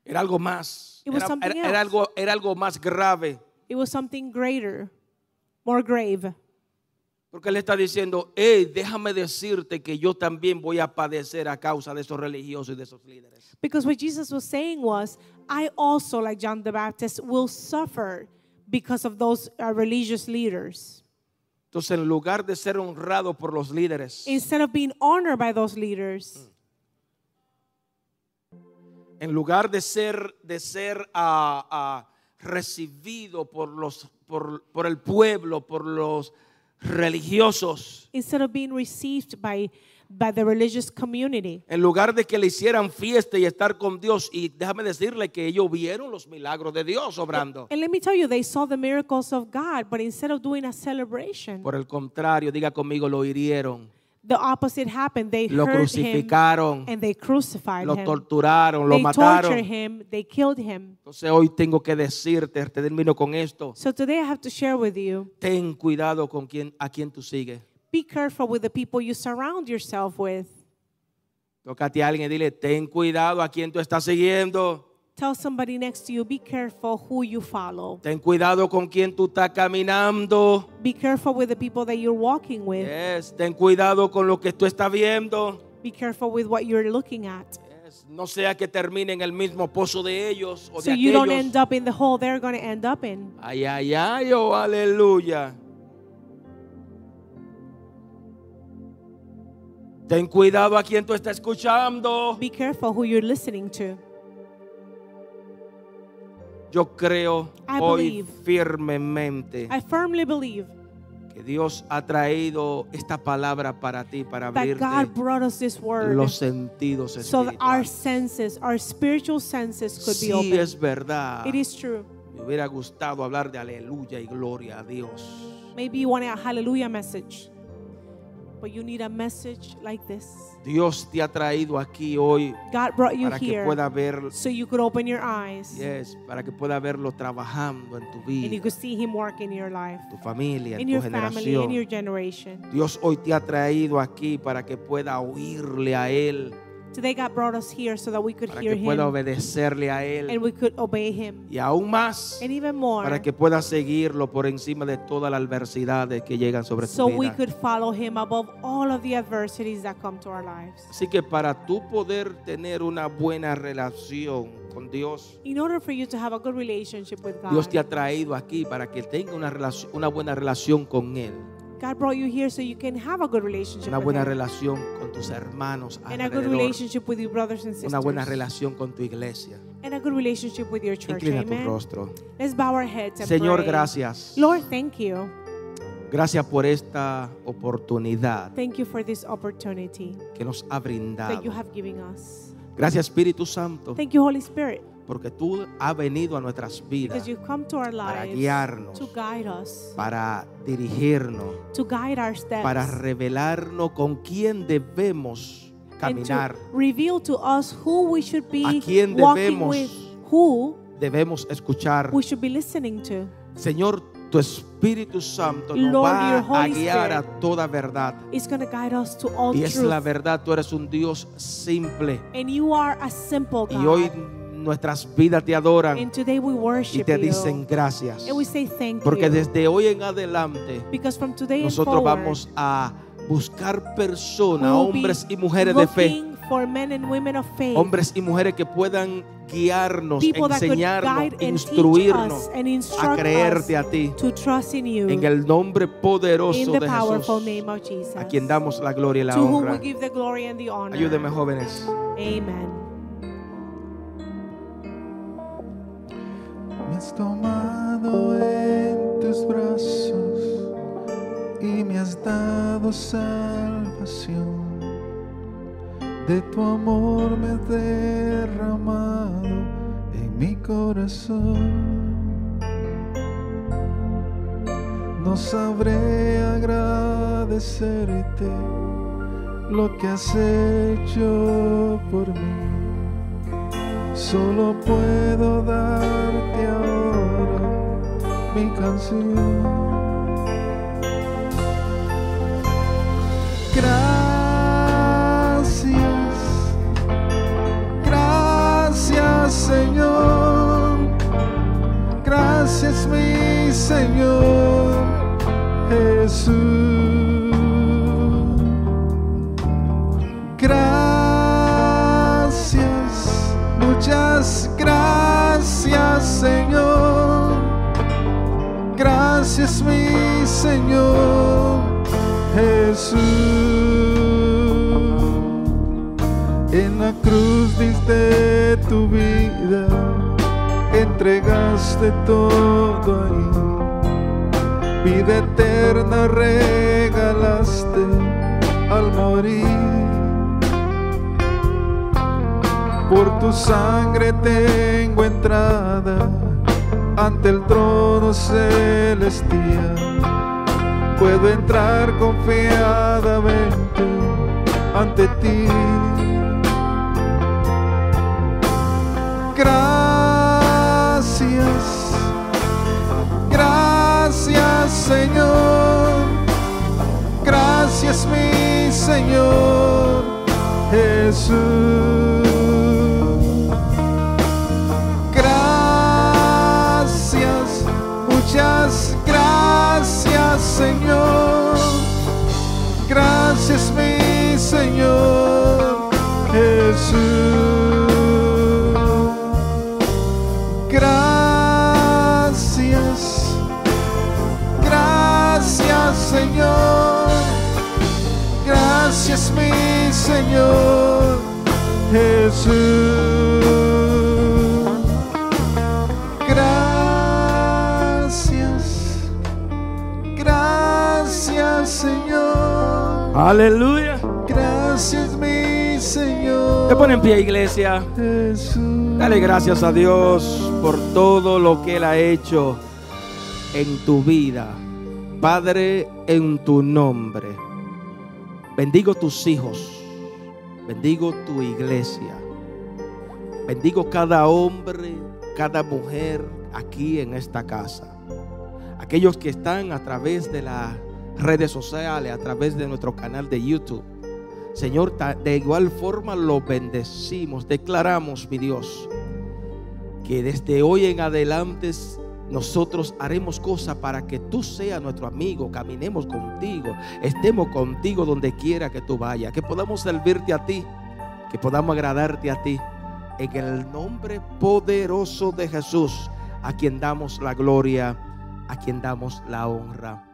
S1: Era algo más.
S2: It was
S1: Era-
S2: something
S1: era-
S2: else.
S1: era, algo, era algo más grave.
S2: It was something greater, more grave.
S1: Porque él está diciendo, hey, déjame decirte que yo también voy a padecer a causa de esos religiosos y de esos líderes.
S2: Because what Jesus was saying was, I also, like John the Baptist, will suffer because of those uh, religious leaders.
S1: Entonces, en lugar de ser honrado por los líderes,
S2: Instead of being honored by those leaders,
S1: en lugar de ser, de ser ah, ah, recibido por, los, por, por el pueblo, por los religiosos,
S2: instead of being received by, by the religious community,
S1: en lugar de que le hicieran fiesta y estar con Dios, y déjame decirle que ellos vieron los milagros de Dios obrando.
S2: and let me tell you, they saw the miracles of God, but instead of doing a celebration,
S1: Por el contrario, diga conmigo, lo hirieron,
S2: the opposite happened. They
S1: lo
S2: hurt
S1: crucificaron.
S2: him and they crucified
S1: lo
S2: him.
S1: torturaron, lo
S2: they tortured
S1: mataron.
S2: him. They killed him.
S1: Entonces hoy tengo que decirte, te termino con esto.
S2: So today I have to share with you:
S1: Ten cuidado con quien, a quien tú sigues.
S2: be careful with the people you surround yourself with.
S1: Tócate a alguien y dile, ten cuidado a quien tú estás siguiendo.
S2: Tell somebody next to you, be careful who you follow.
S1: Ten cuidado con quien tú estás caminando.
S2: Be careful with the people that you're walking with.
S1: Yes, Ten cuidado con lo que tú estás viendo.
S2: Be careful with what you're looking at.
S1: Yes, No sea que termine en el mismo pozo de ellos o
S2: So
S1: de
S2: you don't
S1: aquellos.
S2: end up in the hole they're going to end up in.
S1: Ay, ay, ay, oh, aleluya. Ten cuidado a quien tú estás escuchando.
S2: Be careful who you're listening to.
S1: Yo creo
S2: I
S1: hoy
S2: believe.
S1: firmemente
S2: I firmly believe
S1: que Dios ha traído esta palabra para ti, para
S2: that God
S1: abrirte
S2: brought us this word
S1: los sentidos
S2: so that our
S1: espirituales.
S2: senses, our spiritual senses could be
S1: Sí
S2: opened.
S1: es verdad.
S2: It is true.
S1: Me hubiera gustado hablar de aleluya y gloria a Dios.
S2: Maybe you want a hallelujah message, but you need a message like this.
S1: Dios te ha traído aquí hoy
S2: God brought you
S1: para que
S2: here
S1: pueda ver,
S2: so you could open your eyes.
S1: yes, para que pueda verlo trabajando en tu
S2: and you
S1: vida,
S2: could see him work in your life,
S1: tu familia,
S2: in
S1: en
S2: your
S1: tu
S2: family, in your
S1: generación.
S2: generation.
S1: Dios hoy te ha traído aquí para que pueda oírle a él,
S2: Today, God brought us here so that we could
S1: para
S2: hear
S1: que pueda
S2: him
S1: obedecerle a
S2: and
S1: él
S2: we could obey him,
S1: y aún más
S2: and even more,
S1: para que pueda seguirlo por encima de todas las adversidades que llegan sobre
S2: so
S1: tu
S2: we
S1: vida.
S2: could follow him above all of the adversities that come to our lives.
S1: Así que para tú poder tener una buena relación con Dios,
S2: In order for you to have a good relationship with
S1: Dios te ha
S2: God,
S1: traído aquí para que tenga una, relación- una buena relación con Él.
S2: God brought you here so you can have a good relationship
S1: una
S2: with
S1: buena
S2: Him.
S1: relación con tus hermanos
S2: and a good
S1: alrededor,
S2: relationship with your brothers and sisters.
S1: una buena relación con tu iglesia.
S2: and a good relationship with your church.
S1: Inclina tu
S2: Amen.
S1: rostro.
S2: Let's bow our heads and
S1: Señor,
S2: pray.
S1: gracias.
S2: Lord, thank you.
S1: Gracias por esta oportunidad
S2: Thank you for this opportunity
S1: que nos ha brindado.
S2: that you have given us.
S1: Gracias Espíritu Santo,
S2: Thank you, Holy Spirit,
S1: porque tú has venido a nuestras vidas
S2: because you've come to our
S1: para
S2: lives
S1: guiarnos,
S2: to guide us,
S1: para dirigirnos,
S2: to guide our steps,
S1: para revelarnos con quién debemos
S2: and
S1: caminar,
S2: to reveal to us who we should be
S1: A quién
S2: walking
S1: debemos.
S2: with, who
S1: debemos escuchar.
S2: we should be listening to.
S1: Señor, tu Espíritu Santo nos
S2: Lord,
S1: va
S2: your
S1: a
S2: Holy
S1: guiar
S2: Spirit.
S1: a toda verdad.
S2: It's going to guide us to all
S1: Y es la
S2: truth.
S1: verdad, tú eres un Dios simple.
S2: And you are a simple Oh God.
S1: Y hoy nuestras vidas te adoran
S2: and today we
S1: y
S2: worship
S1: te
S2: you.
S1: dicen gracias.
S2: and we say thank
S1: Porque
S2: you.
S1: desde hoy en adelante
S2: because from today
S1: nosotros
S2: and forward,
S1: vamos a buscar personas,
S2: we will
S1: hombres
S2: be
S1: y mujeres de fe,
S2: looking for men and women of faith,
S1: hombres y mujeres que puedan guiarnos,
S2: people that could
S1: enseñarnos,
S2: guide and teach us
S1: instruirnos
S2: and
S1: a
S2: instruct
S1: creerte
S2: us
S1: a ti.
S2: to trust in you
S1: En el nombre
S2: in
S1: poderoso
S2: the
S1: de
S2: powerful
S1: Jesús.
S2: name of Jesus.
S1: a quien damos la gloria y la
S2: to whom we
S1: honra.
S2: give the glory and the honor.
S1: Ayúdeme jóvenes.
S2: Amen.
S3: Me has tomado en tus brazos y me has dado salvación. De tu amor me has derramado en mi corazón. No sabré agradecerte lo que has hecho por mí. Solo puedo darte ahora mi canción. Gracias, gracias Señor, gracias mi Señor Jesús. Gracias, muchas gracias Señor. Gracias mi Señor Jesús. En la cruz diste tu vida, entregaste todo ahí. Vida eterna regalaste al morir. Por tu sangre tengo entrada ante el trono celestial. Puedo entrar confiadamente ante ti. Gracias, gracias Señor, gracias mi Señor Jesús. Gracias, muchas gracias, Señor. Gracias, mi Señor Jesús. Gracias, gracias, Señor. Gracias mi Señor Jesús. Gracias. Gracias Señor.
S1: Aleluya.
S3: Gracias mi Señor.
S1: Te pone en pie iglesia.
S3: Jesús.
S1: Dale gracias a Dios por todo lo que Él ha hecho en tu vida. Padre, en tu nombre. Bendigo tus hijos. Bendigo tu iglesia. Bendigo cada hombre, cada mujer aquí en esta casa. Aquellos que están a través de las redes sociales, a través de nuestro canal de YouTube. Señor, ta- de igual forma lo bendecimos, declaramos, mi Dios, que desde hoy en adelante s- nosotros haremos cosas para que tú seas nuestro amigo, caminemos contigo, estemos contigo donde quiera que tú vayas, que podamos servirte a ti, que podamos agradarte a ti, en el nombre poderoso de Jesús, a quien damos la gloria, a quien damos la honra.